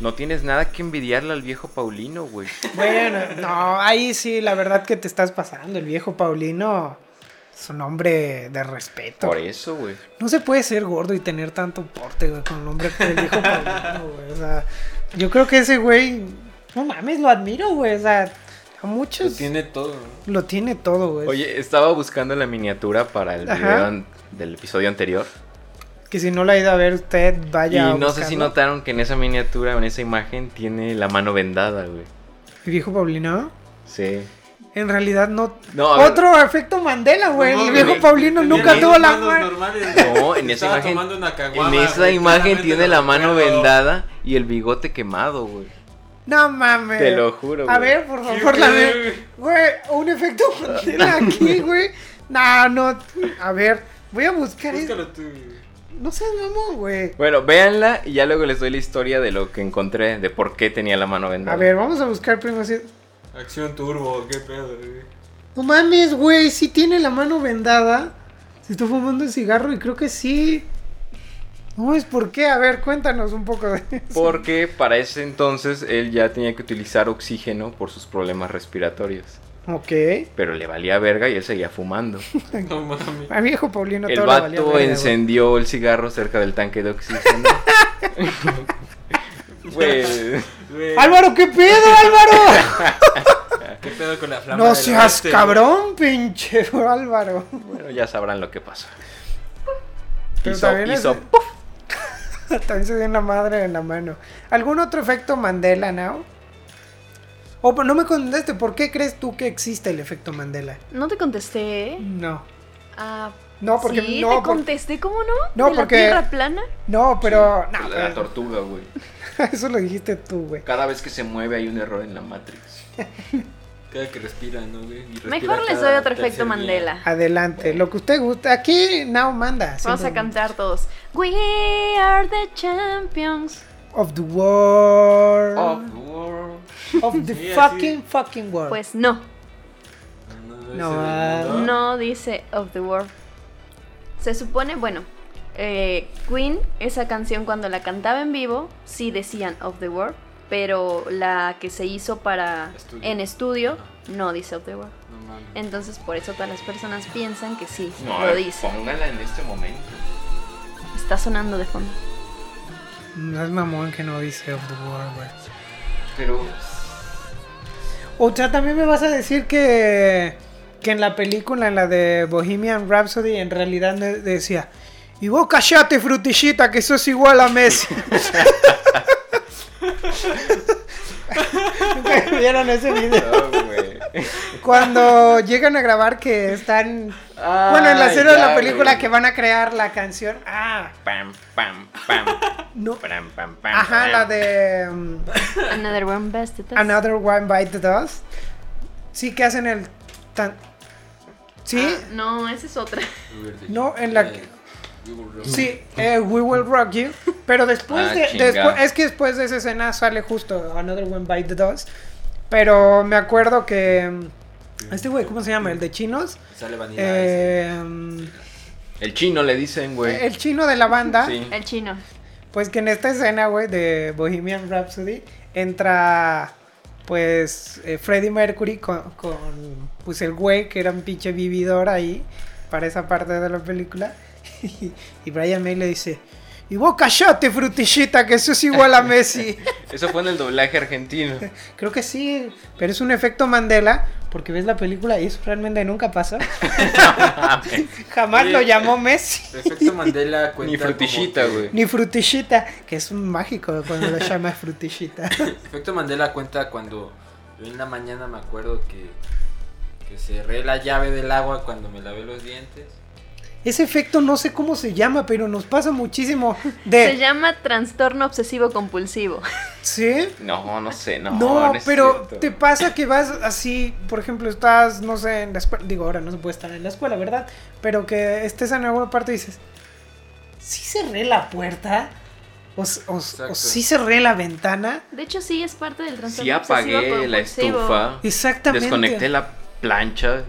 no tienes nada que envidiarle al viejo Paulino, güey.
Bueno, no, ahí sí, la verdad que te estás pasando. El viejo Paulino Es un hombre de respeto.
Por eso, güey.
No se puede ser gordo y tener tanto porte, güey, con un hombre que dijo Paulino, güey. O sea, yo creo que ese güey, no mames, lo admiro, güey. O sea, a muchos.
Lo tiene todo, ¿no?
lo tiene todo, güey.
Oye, estaba buscando la miniatura para el
Pues Ajá.
video an- del episodio anterior.
Que si no la ha ido a ver usted,
Y
vaya. a
no sé si
buscarlo.
notaron que en esa miniatura, en esa imagen, tiene la mano vendada, güey.
El viejo Paulino.
Sí.
En realidad no.
No, a ver.
Otro efecto Mandela, güey. el
No,
viejo
güey,
Paulino
tenía
nunca
las
tuvo la
manos
mano.
normales.
No, en esa
Estaba
imagen.
tomando una
En
caguama,
esa
güey,
imagen
claramente
tiene
no
la
me
mano
acuerdo.
vendada y el bigote quemado, güey.
No mames.
Te lo juro,
A
güey.
ver, por
Sí,
favor, la
güey.
ver. Güey, un efecto Mandela aquí, güey. No, no. A ver, voy a buscar. eso.
Búscalo tú.
No seas mamón, güey.
Bueno, véanla y ya luego les doy la historia de lo que encontré, de por qué tenía la mano vendada.
A ver, vamos a buscar primero. si-
Acción turbo, qué pedo, güey.
No mames, güey. Sí tiene la mano vendada. Se está fumando un cigarro y creo que sí. No mames, ¿por qué? A ver, cuéntanos un poco de eso.
Porque para ese entonces él ya tenía que utilizar oxígeno por sus problemas respiratorios.
Ok.
Pero le valía verga y él seguía fumando.
No mames.
A mi hijo Paulino
el
todo le valía
vato
verga, güey.
encendió el cigarro cerca del tanque de oxígeno. Güey,
Güey,
Álvaro, ¿qué pedo, Álvaro?
qué pedo con la flama.
no
del
seas
este,
oeste,
cabrón, pinche Álvaro.
bueno, ya sabrán lo que pasó.
Pero
Hizo,
también es-
hizo puff.
También se dio una madre en la mano. ¿Algún otro efecto Mandela, Nao? O pero no me contestaste, ¿por qué crees tú que existe el efecto Mandela?
No te contesté. ¿eh?
No.
Ah,
No, porque
sí,
no,
te
por-
contesté, ¿cómo no?
No,
¿De
porque-
la tierra plana.
No, pero. no, pues.
la
pero-
tortuga, güey.
eso lo dijiste tú, güey.
Cada vez que se mueve hay un error en la Matrix.
güey. Cada que respira, ¿no, güey? Y respira
Mejor les
cada
doy otro
tercer
efecto
día.
Mandela.
Ah, Adelante, lo que usted gusta. Aquí Nao manda.
Vamos
siempre.
a cantar todos. We are the champions.
Of the world.
Oh,
Of,
wow.
the
Sí, así.
fucking, fucking world.
Pues no,
No,
ese
ah,
del mundo.
no dice of the world. Se supone, bueno, eh, Queen, esa canción cuando la cantaba en vivo, sí decían of the world, pero la que se hizo para
Estudio.
en estudio no dice of the world.
No mames.
Entonces por eso todas las personas piensan que sí,
No, a
lo
eh,
ver,
dice.
póngala en este momento.
Está sonando de fondo.
No es mamón que no dice of the world, güey.
Pero
O sea, también me vas a decir que, que en la película, en la de Bohemian Rhapsody, en realidad ne- decía, y vos callate, frutillita, que sos igual a Messi. ¿Nunca vieron ese video?
No, güey.
Cuando llegan a grabar que están... bueno, en la
Ay,
escena de la
ya,
película
güey.
que van a crear la canción... Ah,
Pam, pam, pam.
no.
Pam, pam, pam.
Ajá,
pam.
la de... mm,
Another one bested us.
Another One Bite the Dust. Sí que hacen el... Tan... Sí,
Ah, no, esa es otra.
No, en la que-
Eh, Google
Sí, eh, We Will Rock You. Pero después
Ah,
de.
chinga.
despu- es que después de esa escena sale justo Another One Bite the Dust. Pero me acuerdo que. mm, Este güey, ¿cómo se llama? El de chinos.
Sale vanidad.
Eh, mm,
El chino le dicen, güey.
el chino de la banda.
Sí.
El chino.
Pues que en esta escena, güey, de Bohemian Rhapsody. Entra. Pues eh, Freddie Mercury con, con, pues el güey que era un pinche vividor ahí para esa parte de la película. Y, y Brian May le dice, y vos callate, frutillita, que eso es igual a Messi.
Eso fue en el doblaje argentino.
Creo que sí, pero es un efecto Mandela, porque ves la película y eso realmente nunca pasó.
Ah,
Jamás
Oye,
lo llamó Messi.
Efecto Mandela cuenta.
Ni frutillita,
como que-
güey.
Ni frutillita, que es un mágico cuando lo llamas frutillita.
Efecto Mandela cuenta cuando yo en la mañana me acuerdo que, que cerré la llave del agua cuando me lavé los dientes.
Ese efecto no sé cómo se llama, pero nos pasa muchísimo. De...
Se llama trastorno obsesivo compulsivo.
¿Sí?
No, no sé, no.
No,
es
pero
cierto.
te pasa que vas así, por ejemplo, estás, no sé, en la escuela, digo, ahora no se puede estar en la escuela, ¿verdad? Pero que estés en alguna parte y dices, ¿sí cerré la puerta? ¿O, s- o, s- o
Exacto.
sí cerré la ventana?
De hecho, sí es parte del trastorno
Sí
obsesivo
apagué la
compulsivo.
estufa.
Exactamente.
Desconecté la plancha.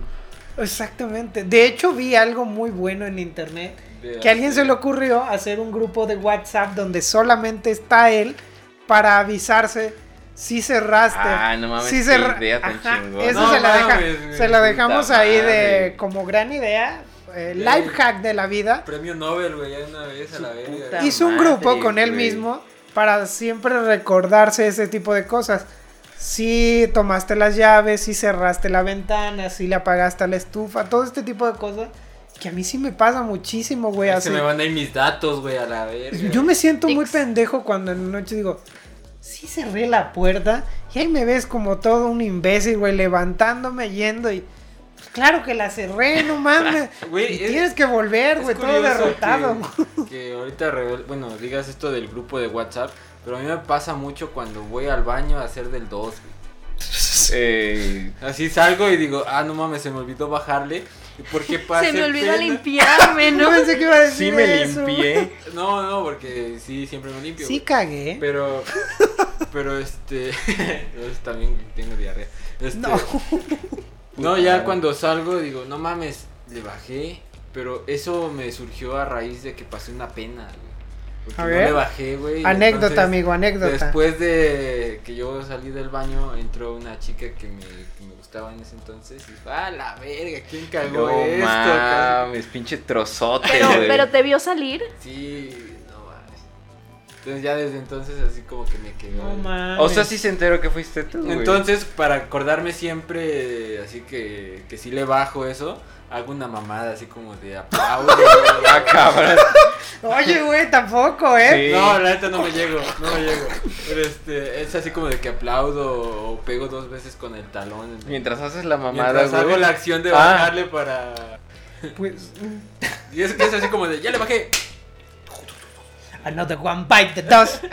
Exactamente. De hecho, vi algo muy bueno en internet,
De-
que a alguien se le ocurrió hacer un grupo de WhatsApp donde solamente está él para avisarse sí cerraste.
Ah, no mames,
sí
qué
cerra-
idea tan
Ajá,
chingona.
Eso
No
se, la deja-
mames, güey,
se la
puta
dejamos ahí de
madre.
como gran idea, eh,
Sí.
life hack de la vida.
Premio Nobel, güey, ya una vez a la verga.
puta
güey.
Hizo un
madre,
grupo con él
güey.
mismo para siempre recordarse ese tipo de cosas. Si tomaste las llaves, si cerraste la ventana, si le apagaste a la estufa, todo este tipo de cosas que a mí sí me pasa muchísimo, güey.
Ahí
Así.
Se me van a ir mis datos, güey, a la verga.
Yo me siento muy
Ex.
pendejo cuando en la noche digo, sí cerré la puerta y ahí me ves como todo un imbécil, güey, levantándome, yendo y... "Pues claro que la cerré, no mames.
Güey,
Y
es-
tienes que volver,
Es
güey, todo
curioso
derrotado.
Que, que ahorita, revel- bueno, digas esto del grupo de WhatsApp, pero a mí me pasa mucho cuando voy al baño a hacer del 2, güey.
Eh,
Así salgo y digo, ah, no mames, se me olvidó bajarle. ¿Y ¿Por qué pasa?
Se me olvidó limpiarme,
No
¿no?
pensé que iba a decir
sí me
eso.
limpié.
No, no, porque sí, siempre me limpio.
Sí
güey.
cagué.
Pero, pero este, yo también tengo diarrea. Este,
No.
No, ya cuando salgo digo, no mames, le bajé, pero eso me surgió a raíz de que pasé una pena, güey. Porque
A
no
ver.
le bajé, güey.
anécdota,
entonces,
amigo, anécdota.
Después de que yo salí del baño, entró una chica que me, que me gustaba en ese entonces y dijo, ah, la verga, ¿quién cagó
No
esto? cabrón?"
mames, pinche trozote,
Pero,
güey.
pero te vio salir.
Sí, no mames. Entonces ya desde entonces así como que me quedó.
No
el-
mames.
O sea, sí se enteró que fuiste tú, güey.
Entonces, para acordarme siempre, así que, que si le bajo eso, hago una mamada así como de aplauso.
Ah, cabrón.
Oye, güey, tampoco, ¿eh?
Sí.
No, la neta no me llego, no me llego. Pero este, es así como de que aplaudo o pego dos veces con el talón.
Mientras haces la mamada,
Mientras
güey.
hago la acción de
Ah.
bajarle para...
Pues,
Y es que es así como de, ya le bajé.
another one bite the dust.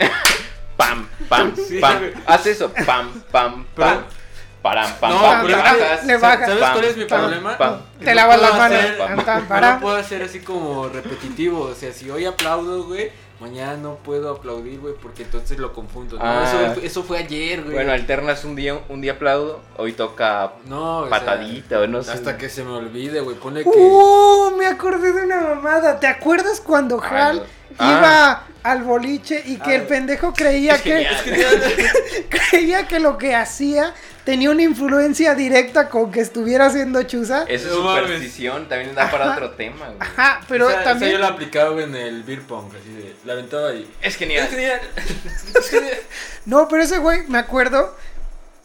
Pam, pam,
Sí,
pam.
güey.
Haz eso, pam, pam, pam.
Pero-
Param, pam,
No,
pam.
pero-
le bajas.
le bajas.
¿Sabes
Pam,
cuál es mi
pam,
problema?
pam.
Que
Te
no
lavas las
puedo
manos.
hacer-
Pam,
Tan,
No lo
para.
puedo hacer así como repetitivo, o sea, si hoy aplaudo, güey, mañana no puedo aplaudir, güey, porque entonces lo confundo. No,
Ah.
eso, eso fue ayer, güey.
Bueno, alternas un día, un día aplaudo, hoy toca
no, o sea,
patadita o no sé.
hasta que se me olvide, güey, ponle que...
Uh, me acordé de una mamada. ¿Te acuerdas cuando
Ay,
Hal
no.
iba al boliche y que
Ah.
el pendejo creía que,
genial.
creía que lo que hacía tenía una influencia directa con que estuviera haciendo chuza?
Esa
No mames.
superstición también da para otro tema, güey.
Ajá, pero
O sea, o sea,
también
yo lo aplicaba güey, en el beer pong, así de, la aventaba ahí.
Es genial.
No, pero ese güey, me acuerdo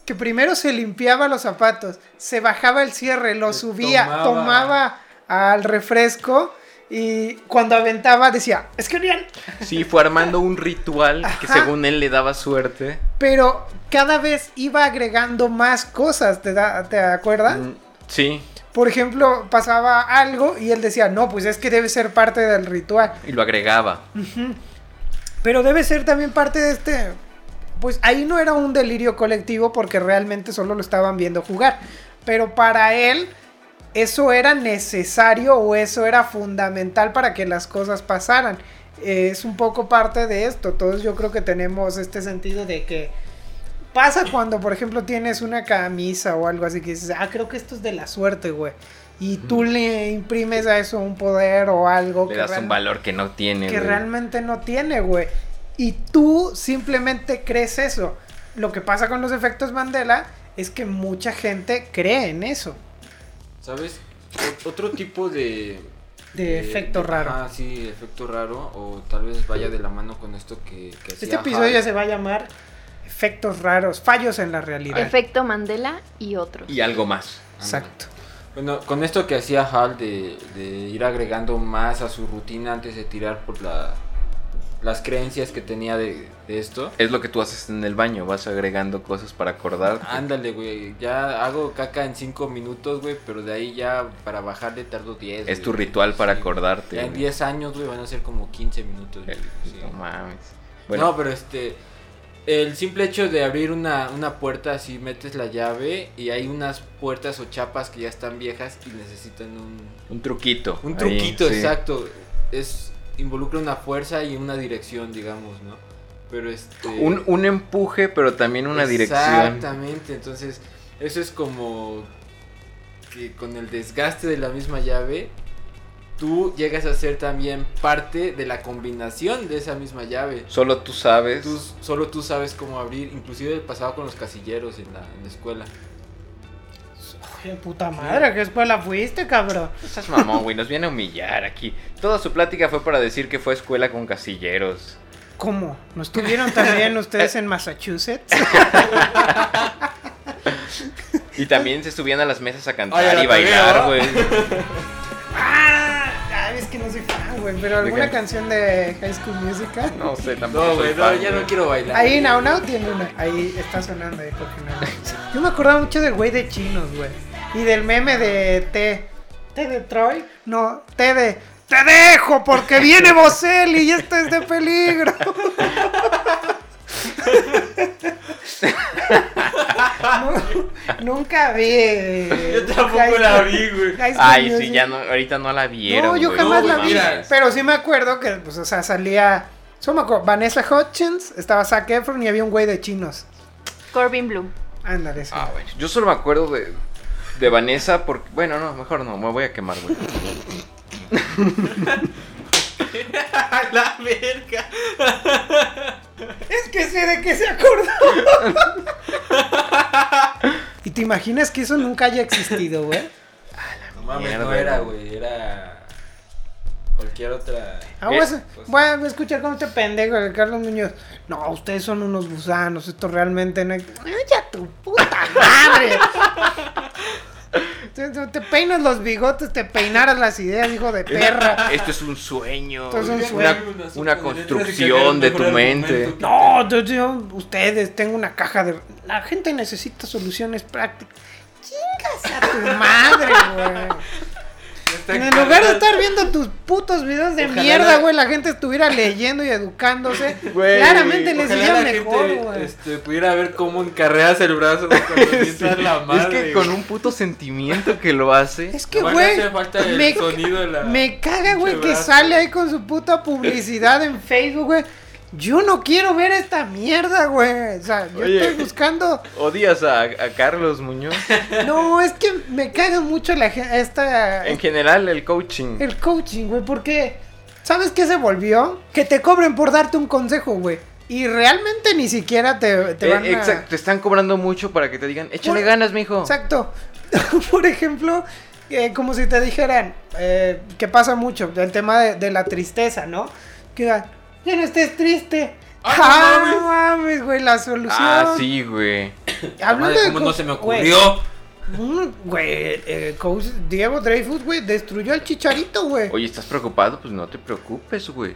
que primero se limpiaba los zapatos, se bajaba el cierre, lo
Le
subía, tomaba.
tomaba.
al refresco y cuando aventaba decía, es que bien,
Sí, fue armando un ritual que
Ajá.
según él le daba suerte.
pero cada vez iba agregando más cosas, ¿te, da- te acuerdas?
Mm, Sí,
Por ejemplo, pasaba algo y él decía, no, pues es que debe ser parte del ritual,
y lo agregaba.
pero debe ser también parte de este... Pues ahí no era un delirio colectivo porque realmente solo lo estaban viendo jugar, pero para él... eso era necesario o eso era fundamental para que las cosas pasaran. Eh, es un poco parte de esto. Todos yo creo que tenemos este sentido de que pasa cuando, por ejemplo, tienes una camisa o algo así que dices, ah, creo que esto es de la suerte, güey. Y tú le imprimes a eso un poder o algo
Le das
realmente-
un valor que no tiene,
que
güey.
realmente no tiene, güey. Y tú simplemente crees eso. Lo que pasa con los efectos Mandela es que mucha gente cree en eso.
¿Sabes? O- Otro tipo de...
De efecto raro.
Ah, sí, efecto raro, o tal vez vaya de la mano con esto que, que
Este
hacía
episodio
Hal.
se va a llamar Efectos raros, fallos en la realidad.
Efecto Mandela y otros.
Y algo más.
Exacto.
Bueno, con esto que hacía Hal de, de ir agregando más a su rutina antes de tirar por la, las creencias que tenía de, de esto.
Es lo que tú haces en el baño, vas agregando cosas para acordar.
Ándale, güey, ya hago caca en 5 minutos, güey, pero de ahí ya para bajarle tardo 10.
Es
güey.
tu ritual para acordarte,
Ya en
güey.
10 años, güey, van a ser como 15 minutos. güey, sí.
No mames.
No, pero este. El simple hecho de abrir una, una puerta, si metes la llave y hay unas puertas o chapas que ya están viejas y necesitan un,
Un truquito.
Un
ahí,
truquito,
sí.
exacto. Es involucra una fuerza y una dirección, digamos, ¿no? Pero este
Un, un empuje, pero también una dirección.
Exactamente, entonces eso es como que con el desgaste de la misma llave tú llegas a ser también parte de la combinación de esa misma llave.
Solo tú sabes.
Tú, solo tú sabes cómo abrir, inclusive el pasado con los casilleros en la, en la escuela.
Ay, puta madre, ¿qué escuela fuiste, cabrón?
No seas mamón, güey, nos viene a humillar aquí. Toda su plática fue para decir que fue escuela con casilleros.
¿Cómo? ¿No estuvieron también ustedes en Massachusetts?
Y también se subían a las mesas a cantar
Ay, a la
y bailar,
tarea,
güey.
ah, ah, es que no soy fan, güey, pero alguna
qué?
canción de High School Musical.
No sé, tampoco.
No,
soy
güey, no,
fan,
ya
güey.
no quiero bailar.
Ahí Now Now tiene una. Ahí está sonando, ahí porque no. Yo me acordaba mucho del güey de chinos, güey. Y del meme de T. ¿T de Troy? No, T de. ¡Te dejo! Porque viene Bocelli y esto es de peligro. No, nunca vi.
Yo tampoco la vi, güey.
High School
Ay, sí,
Musical.
ya no, ahorita no la vieron.
No, yo
güey.
jamás
No,
la
güey,
vi.
mira.
Pero sí me acuerdo que, pues, o sea, salía. Solo me acuerdo, Vanessa Hutchins, estaba Zac Efron y había un güey de chinos.
Corbin Bloom.
Ándale, sí.
Ah, bueno, yo solo me acuerdo de, de Vanessa porque... Bueno, no, mejor no, me voy a quemar, güey.
la verga.
Es que sé de qué se acordó. ¿Y te imaginas que eso nunca haya existido, güey?
No mames, no
Mierda,
era,
güey.
güey, era cualquier otra.
Ah, pues,
Eh,
pues-
voy a escuchar con este pendejo de Carlos Muñoz. No, ustedes son unos gusanos, esto realmente no es. ¡Calla tu puta madre! Te- te- Te peinas los bigotes, te peinaras las ideas, hijo de perra.
Esto es un sueño.
Esto es un
una-
sueño.
Una, construcción de tu mente.
No, yo- yo- ustedes, tengo una caja de... La gente necesita soluciones prácticas. Chingas a tu madre, güey. En lugar de estar viendo tus putos videos de
Ojalá
mierda,
la-
güey, la gente estuviera leyendo y educándose.
Güey,
Claramente les
ojalá
iría
la gente,
mejor, güey.
Este, pudiera ver cómo encarreas el brazo cuando
Sí,
piensas la madre.
es que con un puto sentimiento que lo hace.
Es que,
Nomás
güey,
le hace falta el
me,
sonido de la-
me caga, güey,
Pinche
que
brazo.
sale ahí con su puta publicidad en Facebook, güey. Yo no quiero ver esta mierda, güey. O sea, yo
Oye.
estoy buscando...
Odias a, a Carlos Muñoz.
No, es que me caga mucho la gen- esta
En general, el coaching.
el coaching, güey, porque ¿sabes qué se volvió? Que te cobren por darte un consejo, güey. Y realmente ni siquiera te, te
Eh,
van a-
Exacto, te están cobrando mucho para que te digan, échale
Por-
ganas, mijo.
Exacto. por ejemplo, eh, como si te dijeran, eh, que pasa mucho, el tema de, de la tristeza, ¿no? Que digan, ya no estés triste.
Ah, no
Ah, no
mames.
mames, güey, la solución.
Ah, sí, güey.
Madre,
Hablando de
¿Cómo no
co-
se me
güey,
ocurrió?
Mm, Güey, eh, coach Diego Dreyfus, güey, destruyó al chicharito, güey.
Oye, ¿estás preocupado? Pues no te preocupes, güey.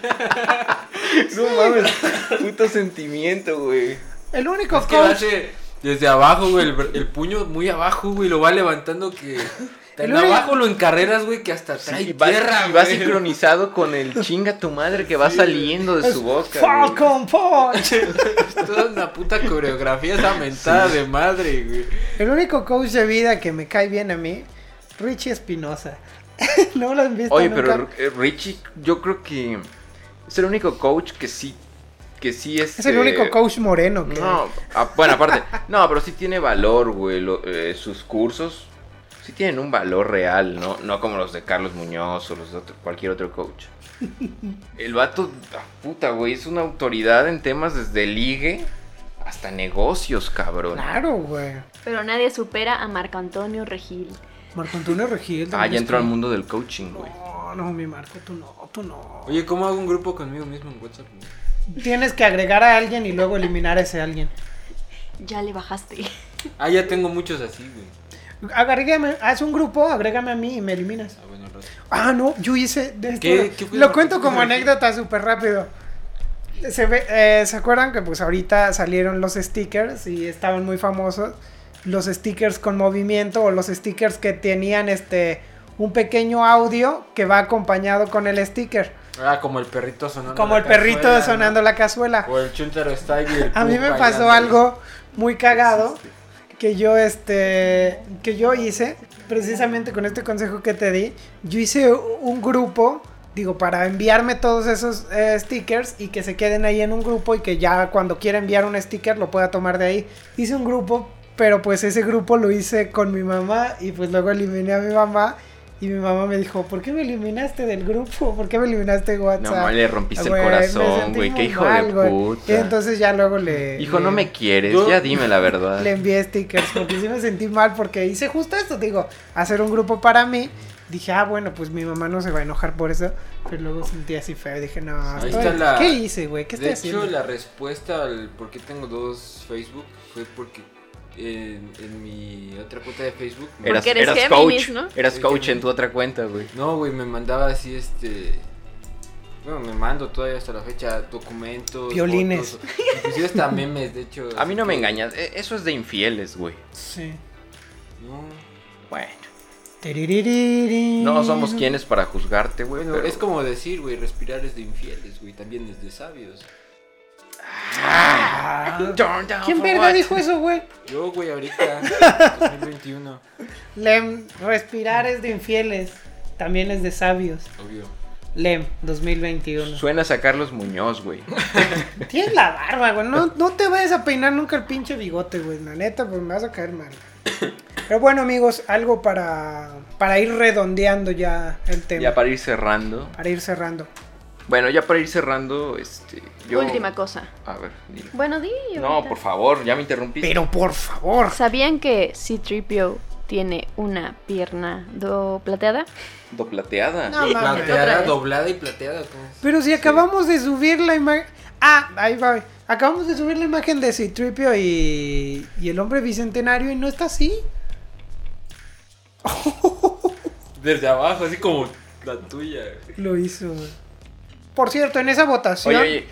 Chinga tú. no mames, puto sentimiento, güey.
El único
Es que lo
coach.
hace desde abajo, güey, el, br- el puño muy abajo, güey, lo va levantando que... Tan
El único-
abajo lo encarreras, güey, que hasta trae
Y va,
tierra,
y va
güey.
sincronizado con el chinga tu madre que va saliendo de
es
su boca. güey.
Pues, Falcon Punch.
Es toda una puta coreografía esa mentada de madre, güey.
El único coach de vida que me cae bien a mí, Richie Espinosa. no lo han visto
Oye,
nunca.
pero eh, Richie, yo creo que es el único coach que sí, que sí es. eh,
es el único coach moreno que
No, a- bueno, aparte, no, pero sí tiene valor, güey. lo- eh, sus cursos sí tienen un valor real, ¿no? No como los de Carlos Muñoz o los de otro- cualquier otro coach. El vato, ah, puta, güey, es una autoridad en temas desde ligue hasta negocios, cabrón.
Claro, güey.
Pero nadie supera a Marco Antonio Regil.
Marco Antonio Regil.
Ah,
también
ya entró al
está-
mundo del coaching, güey.
No, no, mi Marco, tú no, tú no.
Oye, ¿cómo hago un grupo conmigo mismo en WhatsApp? güey?
Tienes que agregar a alguien y luego eliminar a ese alguien.
Ya le bajaste.
Ah, ya tengo muchos así, güey.
Agrégame, haz un grupo, agrégame a mí y me eliminas.
Ah, bueno, al rato.
Ah, no, yo hice. de esto-
¿Qué- qué fue
lo
lo-
cuento
qué
como
fue lo que-
anécdota súper rápido. Se, ve- eh, ¿Se acuerdan que pues ahorita salieron los stickers y estaban muy famosos? Los stickers con movimiento o los stickers que tenían este un pequeño audio que va acompañado con el sticker.
Ah, como el perrito sonando.
como
la
el perrito
cazuela,
sonando
¿no?
la cazuela.
O el chuntaro style. y el
A mí
pug
me
bailando.
pasó algo muy cagado que yo este que yo hice precisamente con este consejo que te di. Yo hice un grupo, digo, para enviarme todos esos eh, stickers y que se queden ahí en un grupo y que ya cuando quiera enviar un sticker lo pueda tomar de ahí. Hice un grupo pero pues ese grupo lo hice con mi mamá y pues luego eliminé a mi mamá y mi mamá me dijo, ¿por qué me eliminaste del grupo? ¿Por qué me eliminaste de
No,
WhatsApp?
ma, le rompiste
Ah, Güey,
el
me
corazón,
sentí
güey. Qué
muy
hijo
mal,
de
güey.
puta.
Y entonces ya luego le...
Hijo,
le-
no me quieres,
Yo-
ya dime la verdad.
Le envié stickers porque sí me sentí mal porque hice justo esto, digo, hacer un grupo para mí. Dije, ah, bueno, pues mi mamá no se va a enojar por eso, pero luego sentí así feo. Dije, no,
Ahí
estoy-
está la-
¿qué hice, güey? ¿Qué estoy
De
haciendo?
hecho, la respuesta al por qué tengo dos Facebook fue porque en, en mi otra cuenta de Facebook... me-
Eras,
eres
eras
Géminis,
coach,
¿no?
eras
Soy
coach
Géminis.
en tu otra cuenta, güey.
No, güey, me mandaba así este... Bueno, me mando todavía hasta la fecha documentos,
Violines.
fotos, inclusive hasta memes, de hecho.
A mí no
así
me
que-
engañas, e- eso es de infieles, güey.
Sí.
No.
Bueno,
Tiriririrí.
no somos quienes para juzgarte, güey.
Bueno,
pero-
es como decir, güey, respirar es de infieles, güey, también es de sabios.
Ah. ¿Quién verga dijo eso, güey?
Yo, güey, ahorita, 2021,
Lem, respirar es de infieles, también es de sabios.
obvio.
Lem, 2021.
Suenas a Carlos Muñoz, güey.
Tienes la barba, güey. No, no te vayas a peinar nunca el pinche bigote, güey. La neta, pues me vas a caer mal. Pero bueno, amigos, algo para, para ir redondeando ya el tema.
Ya
para...
para ir cerrando.
ir cerrando.
Bueno, ya para ir cerrando, este. Yo...
Última cosa.
A ver, dime.
Bueno, di.
No,
ahorita.
por favor, ya me interrumpiste.
Pero por favor.
¿Sabían que C-3PO tiene una pierna do plateada?
Do plateada.
No mames.
Otra
Plateada,
vez.
doblada y plateada. ¿cómo es?
Pero si acabamos de subir la imagen. Ah, ahí va. Acabamos de subir la imagen de Citripio y, y el hombre bicentenario y no está así.
Desde abajo, así como la tuya. güey.
Lo hizo. güey. Por cierto, en esa votación.
Oye, oye,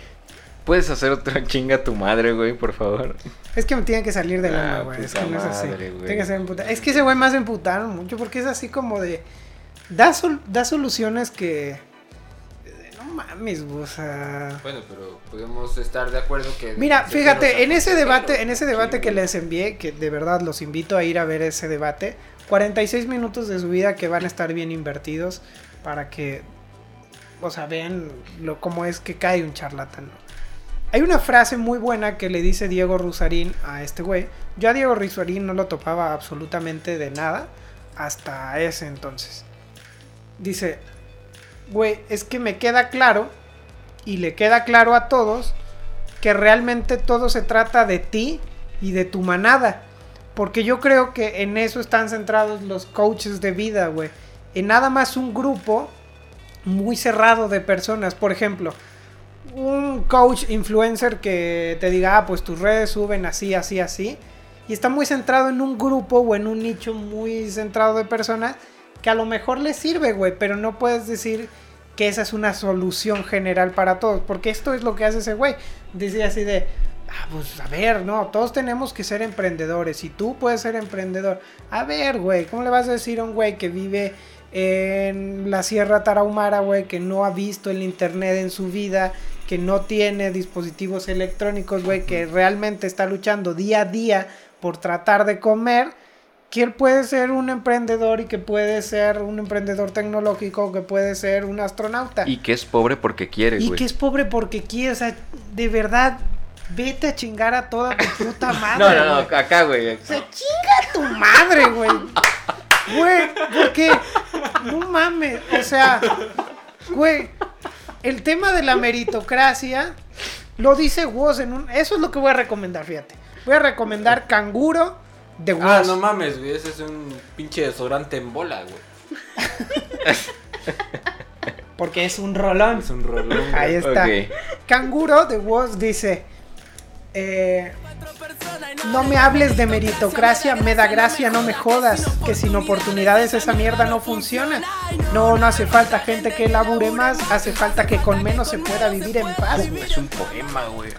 ¿puedes hacer otra chinga a tu madre, güey, por favor?
Es que me tienen que salir del
Ah,
alma, güey. Es que
puta
no es así.
madre, güey.
Tiene que ser emputa- Es que ese güey me hace emputar mucho porque es así como de. Da, sol- da soluciones que. No mames, güey. O sea.
Bueno, pero podemos estar de acuerdo que...
Mira,
que
fíjate,
quiero
en ese
sacar
debate,
dinero.
en ese debate
Sí,
que
güey.
les envié, que de verdad los invito a ir a ver ese debate, 46 minutos de su vida que van a estar bien invertidos para que, o sea, vean lo, cómo es que cae un charlatán. ¿no? Hay una frase muy buena que le dice Diego Rusarín a este güey. Yo a Diego Rusarín no lo topaba absolutamente de nada hasta ese entonces. Dice, güey, es que me queda claro y le queda claro a todos que realmente todo se trata de ti y de tu manada. Porque yo creo que en eso están centrados los coaches de vida, güey. En nada más un grupo muy cerrado de personas. Por ejemplo, un coach influencer que te diga, ah, pues tus redes suben así, así, así. Y está muy centrado en un grupo o en un nicho muy centrado de personas que a lo mejor les sirve, güey. Pero no puedes decir que esa es una solución general para todos. Porque esto es lo que hace ese güey. Dice así de, ah, pues a ver, no, todos tenemos que ser emprendedores. Y tú puedes ser emprendedor. A ver, güey, ¿cómo le vas a decir a un güey que vive en la Sierra Tarahumara, güey, que no ha visto el internet en su vida, que no tiene dispositivos electrónicos, güey, que realmente está luchando día a día por tratar de comer, que él puede ser un emprendedor y que puede ser un emprendedor tecnológico, que puede ser un astronauta.
Y que es pobre porque quiere,
Y
güey.
que es pobre porque quiere, o sea, de verdad, vete a chingar a toda tu puta madre.
No, no, no,
güey.
acá, güey.
O sea, chinga tu madre, güey. Güey, porque no mames, o sea, güey, el tema de la meritocracia lo dice Woz en un eso es lo que voy a recomendar, fíjate. Voy a recomendar Canguro de Woz.
Ah, no mames, güey, ese es un pinche desodorante en bola, güey.
porque es un rolón.
Es un rolón.
Ahí está.
Ok.
Canguro de Woz dice eh, No me hables de meritocracia, me da gracia, no me jodas, que sin oportunidades esa mierda no funciona. No, no hace falta gente que labure más, hace falta que con menos se pueda vivir en paz.
Es un poema, güey.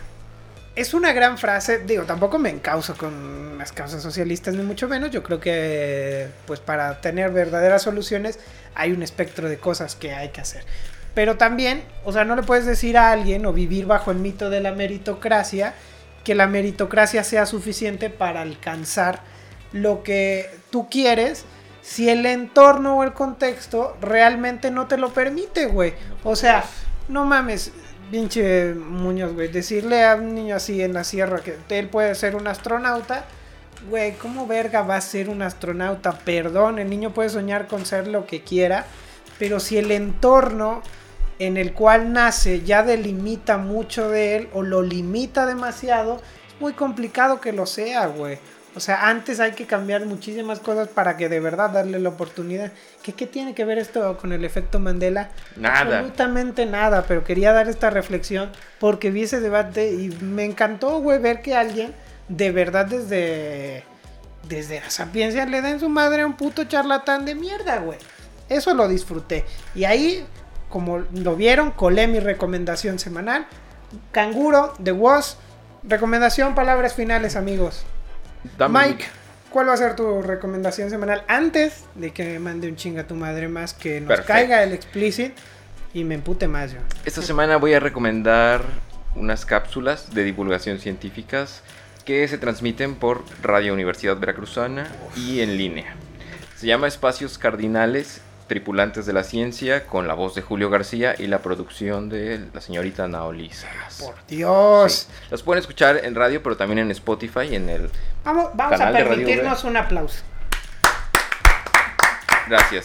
Es una gran frase, digo, tampoco me encauso con las causas socialistas ni mucho menos, yo creo que pues para tener verdaderas soluciones hay un espectro de cosas que hay que hacer. Pero también, o sea, no le puedes decir a alguien o vivir bajo el mito de la meritocracia que la meritocracia sea suficiente para alcanzar lo que tú quieres si el entorno o el contexto realmente no te lo permite, güey. O sea, no mames, pinche Muñoz, güey. Decirle a un niño así en la sierra que él puede ser un astronauta, güey, ¿cómo verga va a ser un astronauta? Perdón, el niño puede soñar con ser lo que quiera, pero si el entorno en el cual nace ya delimita mucho de él o lo limita demasiado, es muy complicado que lo sea, güey. O sea, antes hay que cambiar muchísimas cosas para que de verdad darle la oportunidad. ¿Qué, qué tiene que ver esto con el efecto Mandela?
Nada.
Absolutamente nada, pero quería dar esta reflexión porque vi ese debate y me encantó, güey, ver que alguien de verdad desde, desde la sapiencia le da en su madre a un puto charlatán de mierda, güey. Eso lo disfruté. Y ahí, como lo vieron, colé mi recomendación semanal. Canguro, The Woz. Recomendación, palabras finales, amigos.
Dame-
Mike, ¿cuál va a ser tu recomendación semanal antes de que me mande un chinga tu madre más que nos
Perfecto.
caiga el explicit y me empute más yo?
Esta semana voy a recomendar unas cápsulas de divulgación científicas que se transmiten por Radio Universidad Veracruzana y en línea. Se llama Espacios Cardinales, Tripulantes de la Ciencia, con la voz de Julio García y la producción de la señorita Naoli Salas.
Por Dios.
Sí. Las pueden escuchar en radio, pero también en Spotify y en el...
Vamos, vamos a
Canal de Radio
permitirnos un aplauso.
Gracias.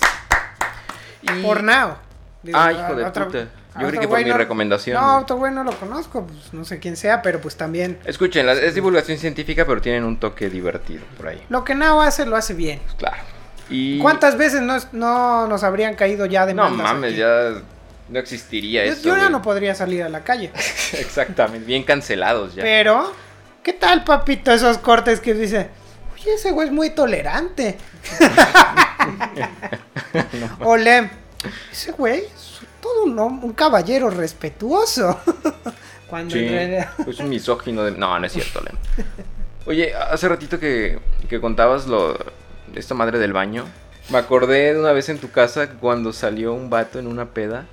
Y-
Por now. Digo,
Ah,
a-
hijo de
a otro-
puta. Yo
a
creí
otro
que por
güey
mi
no-
recomendación.
No, otro güey no lo conozco, pues no sé quién sea, pero pues también.
Escúchenla, es divulgación científica, pero tienen un toque divertido por ahí.
Lo que Nao hace, lo hace bien.
Claro. Y...
¿Cuántas veces no, es- no nos habrían caído ya de
No mames, ya no existiría
Yo,
eso.
yo ya
güey.
no podría salir a la calle.
Exactamente, bien cancelados ya.
Pero, ¿qué tal, papito? Esos cortes que dice, oye, ese güey es muy tolerante. Ole, ese güey es todo un, hom- un caballero respetuoso. Cuando
Sí,
en realidad-
es Pues un misógino de... No, no es cierto, Lem. Oye, hace ratito que, que contabas lo esta madre del baño, me acordé de una vez en tu casa cuando salió un vato en una peda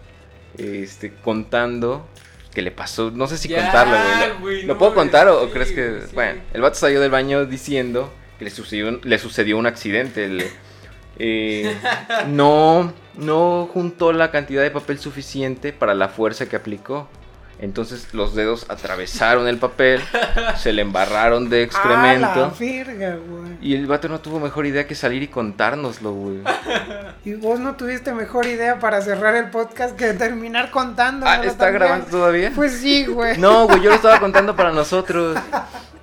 este, contando que le pasó, no sé si
Ya,
contarlo, güey. ¿Lo,
güey,
¿lo
no,
puedo contar o,
güey,
o crees
sí,
que...?
güey, sí.
Bueno, el vato salió del baño diciendo que le sucedió, un- le sucedió un accidente, le- eh, no, no juntó la cantidad de papel suficiente para la fuerza que aplicó. Entonces los dedos atravesaron el papel, se le embarraron
A
de
la
excremento.
verga, güey.
Y el vato no tuvo mejor idea que salir y contárnoslo, güey.
Y vos no tuviste mejor idea para cerrar el podcast que terminar contando.
Ah, ¿Está grabando todavía?
Pues sí, güey.
No, güey, yo lo estaba contando para nosotros.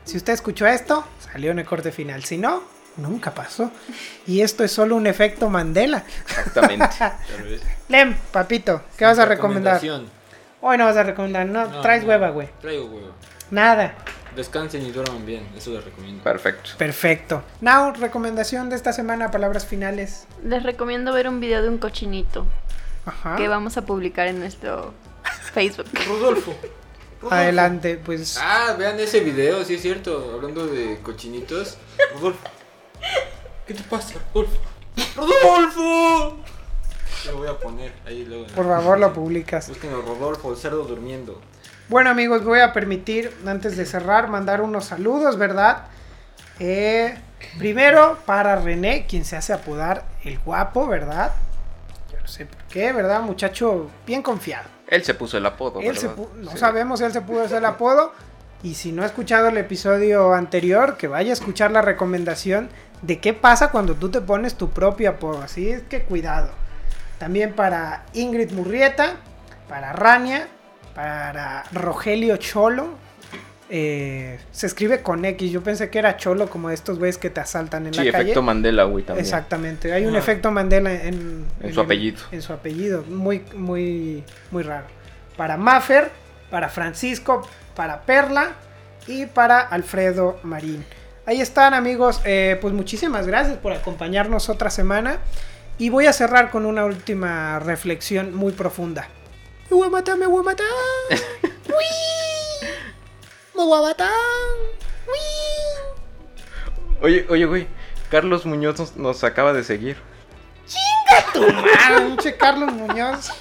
Si usted escuchó esto, salió en el corte final. Si no, nunca pasó. Y esto es solo un efecto Mandela.
Exactamente.
Lem, papito, ¿qué vas a recomendar?
Recomendación.
Hoy no vas a recomendar, no,
No,
traes
no.
hueva, güey.
Traigo huevo.
Nada.
Descansen y duerman bien, eso les recomiendo.
Perfecto.
Perfecto. Now, recomendación de esta semana, palabras finales.
Les recomiendo ver un video de un cochinito
Ajá.
que vamos a publicar en nuestro Facebook.
Rodolfo.
Adelante, pues.
Ah, vean ese video, sí es cierto. Hablando de cochinitos. Rodolfo. ¿Qué te pasa, Rodolfo? ¡Rodolfo! Lo voy a poner ahí luego.
Por favor, lo publicas.
Búsquenlo, Rodolfo, el cerdo durmiendo.
Bueno, amigos, voy a permitir, antes de cerrar, mandar unos saludos, ¿verdad? Eh, primero, para René, quien se hace apodar el guapo, ¿verdad? Yo no sé por qué, ¿verdad? Muchacho bien confiado.
Él se puso el apodo.
Él se
¿verdad?
pu- no
Sí.
sabemos si él se pudo hacer el apodo. Y si no ha escuchado el episodio anterior, que vaya a escuchar la recomendación de qué pasa cuando tú te pones tu propio apodo. Así es que cuidado. También para Ingrid Murrieta, para Rania, para Rogelio Cholo. Eh, se escribe con X. Yo pensé que era Cholo como estos güeyes que te asaltan en
Sí,
la calle.
efecto Mandela, güey, también.
Exactamente. Hay un
Ah.
efecto Mandela en,
En su apellido.
En su apellido. Muy, muy, muy raro. Para Maffer, para Francisco, para Perla y para Alfredo Marín. Ahí están, amigos. Eh, pues muchísimas gracias por acompañarnos otra semana. Y voy a cerrar con una última reflexión muy profunda. Me voy a matar, me voy a matar. ¡Uy! Me voy a matar. ¡Uy!
Oye, oye, güey. Carlos Muñoz nos, nos acaba de seguir.
Ah, pinche Carlos Muñoz.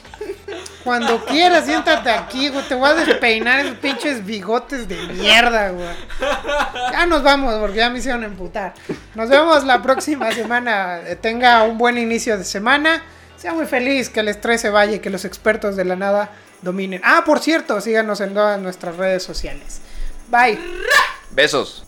Cuando quieras, siéntate aquí, güey. Te voy a despeinar esos pinches bigotes de mierda, güey. Ya nos vamos, porque ya me hicieron emputar. Nos vemos la próxima semana. Eh, Tenga un buen inicio de semana. Sea muy feliz, que el estrés se vaya y que los expertos de la nada dominen. Ah, por cierto, síganos en todas nuestras redes sociales. Bye.
Besos.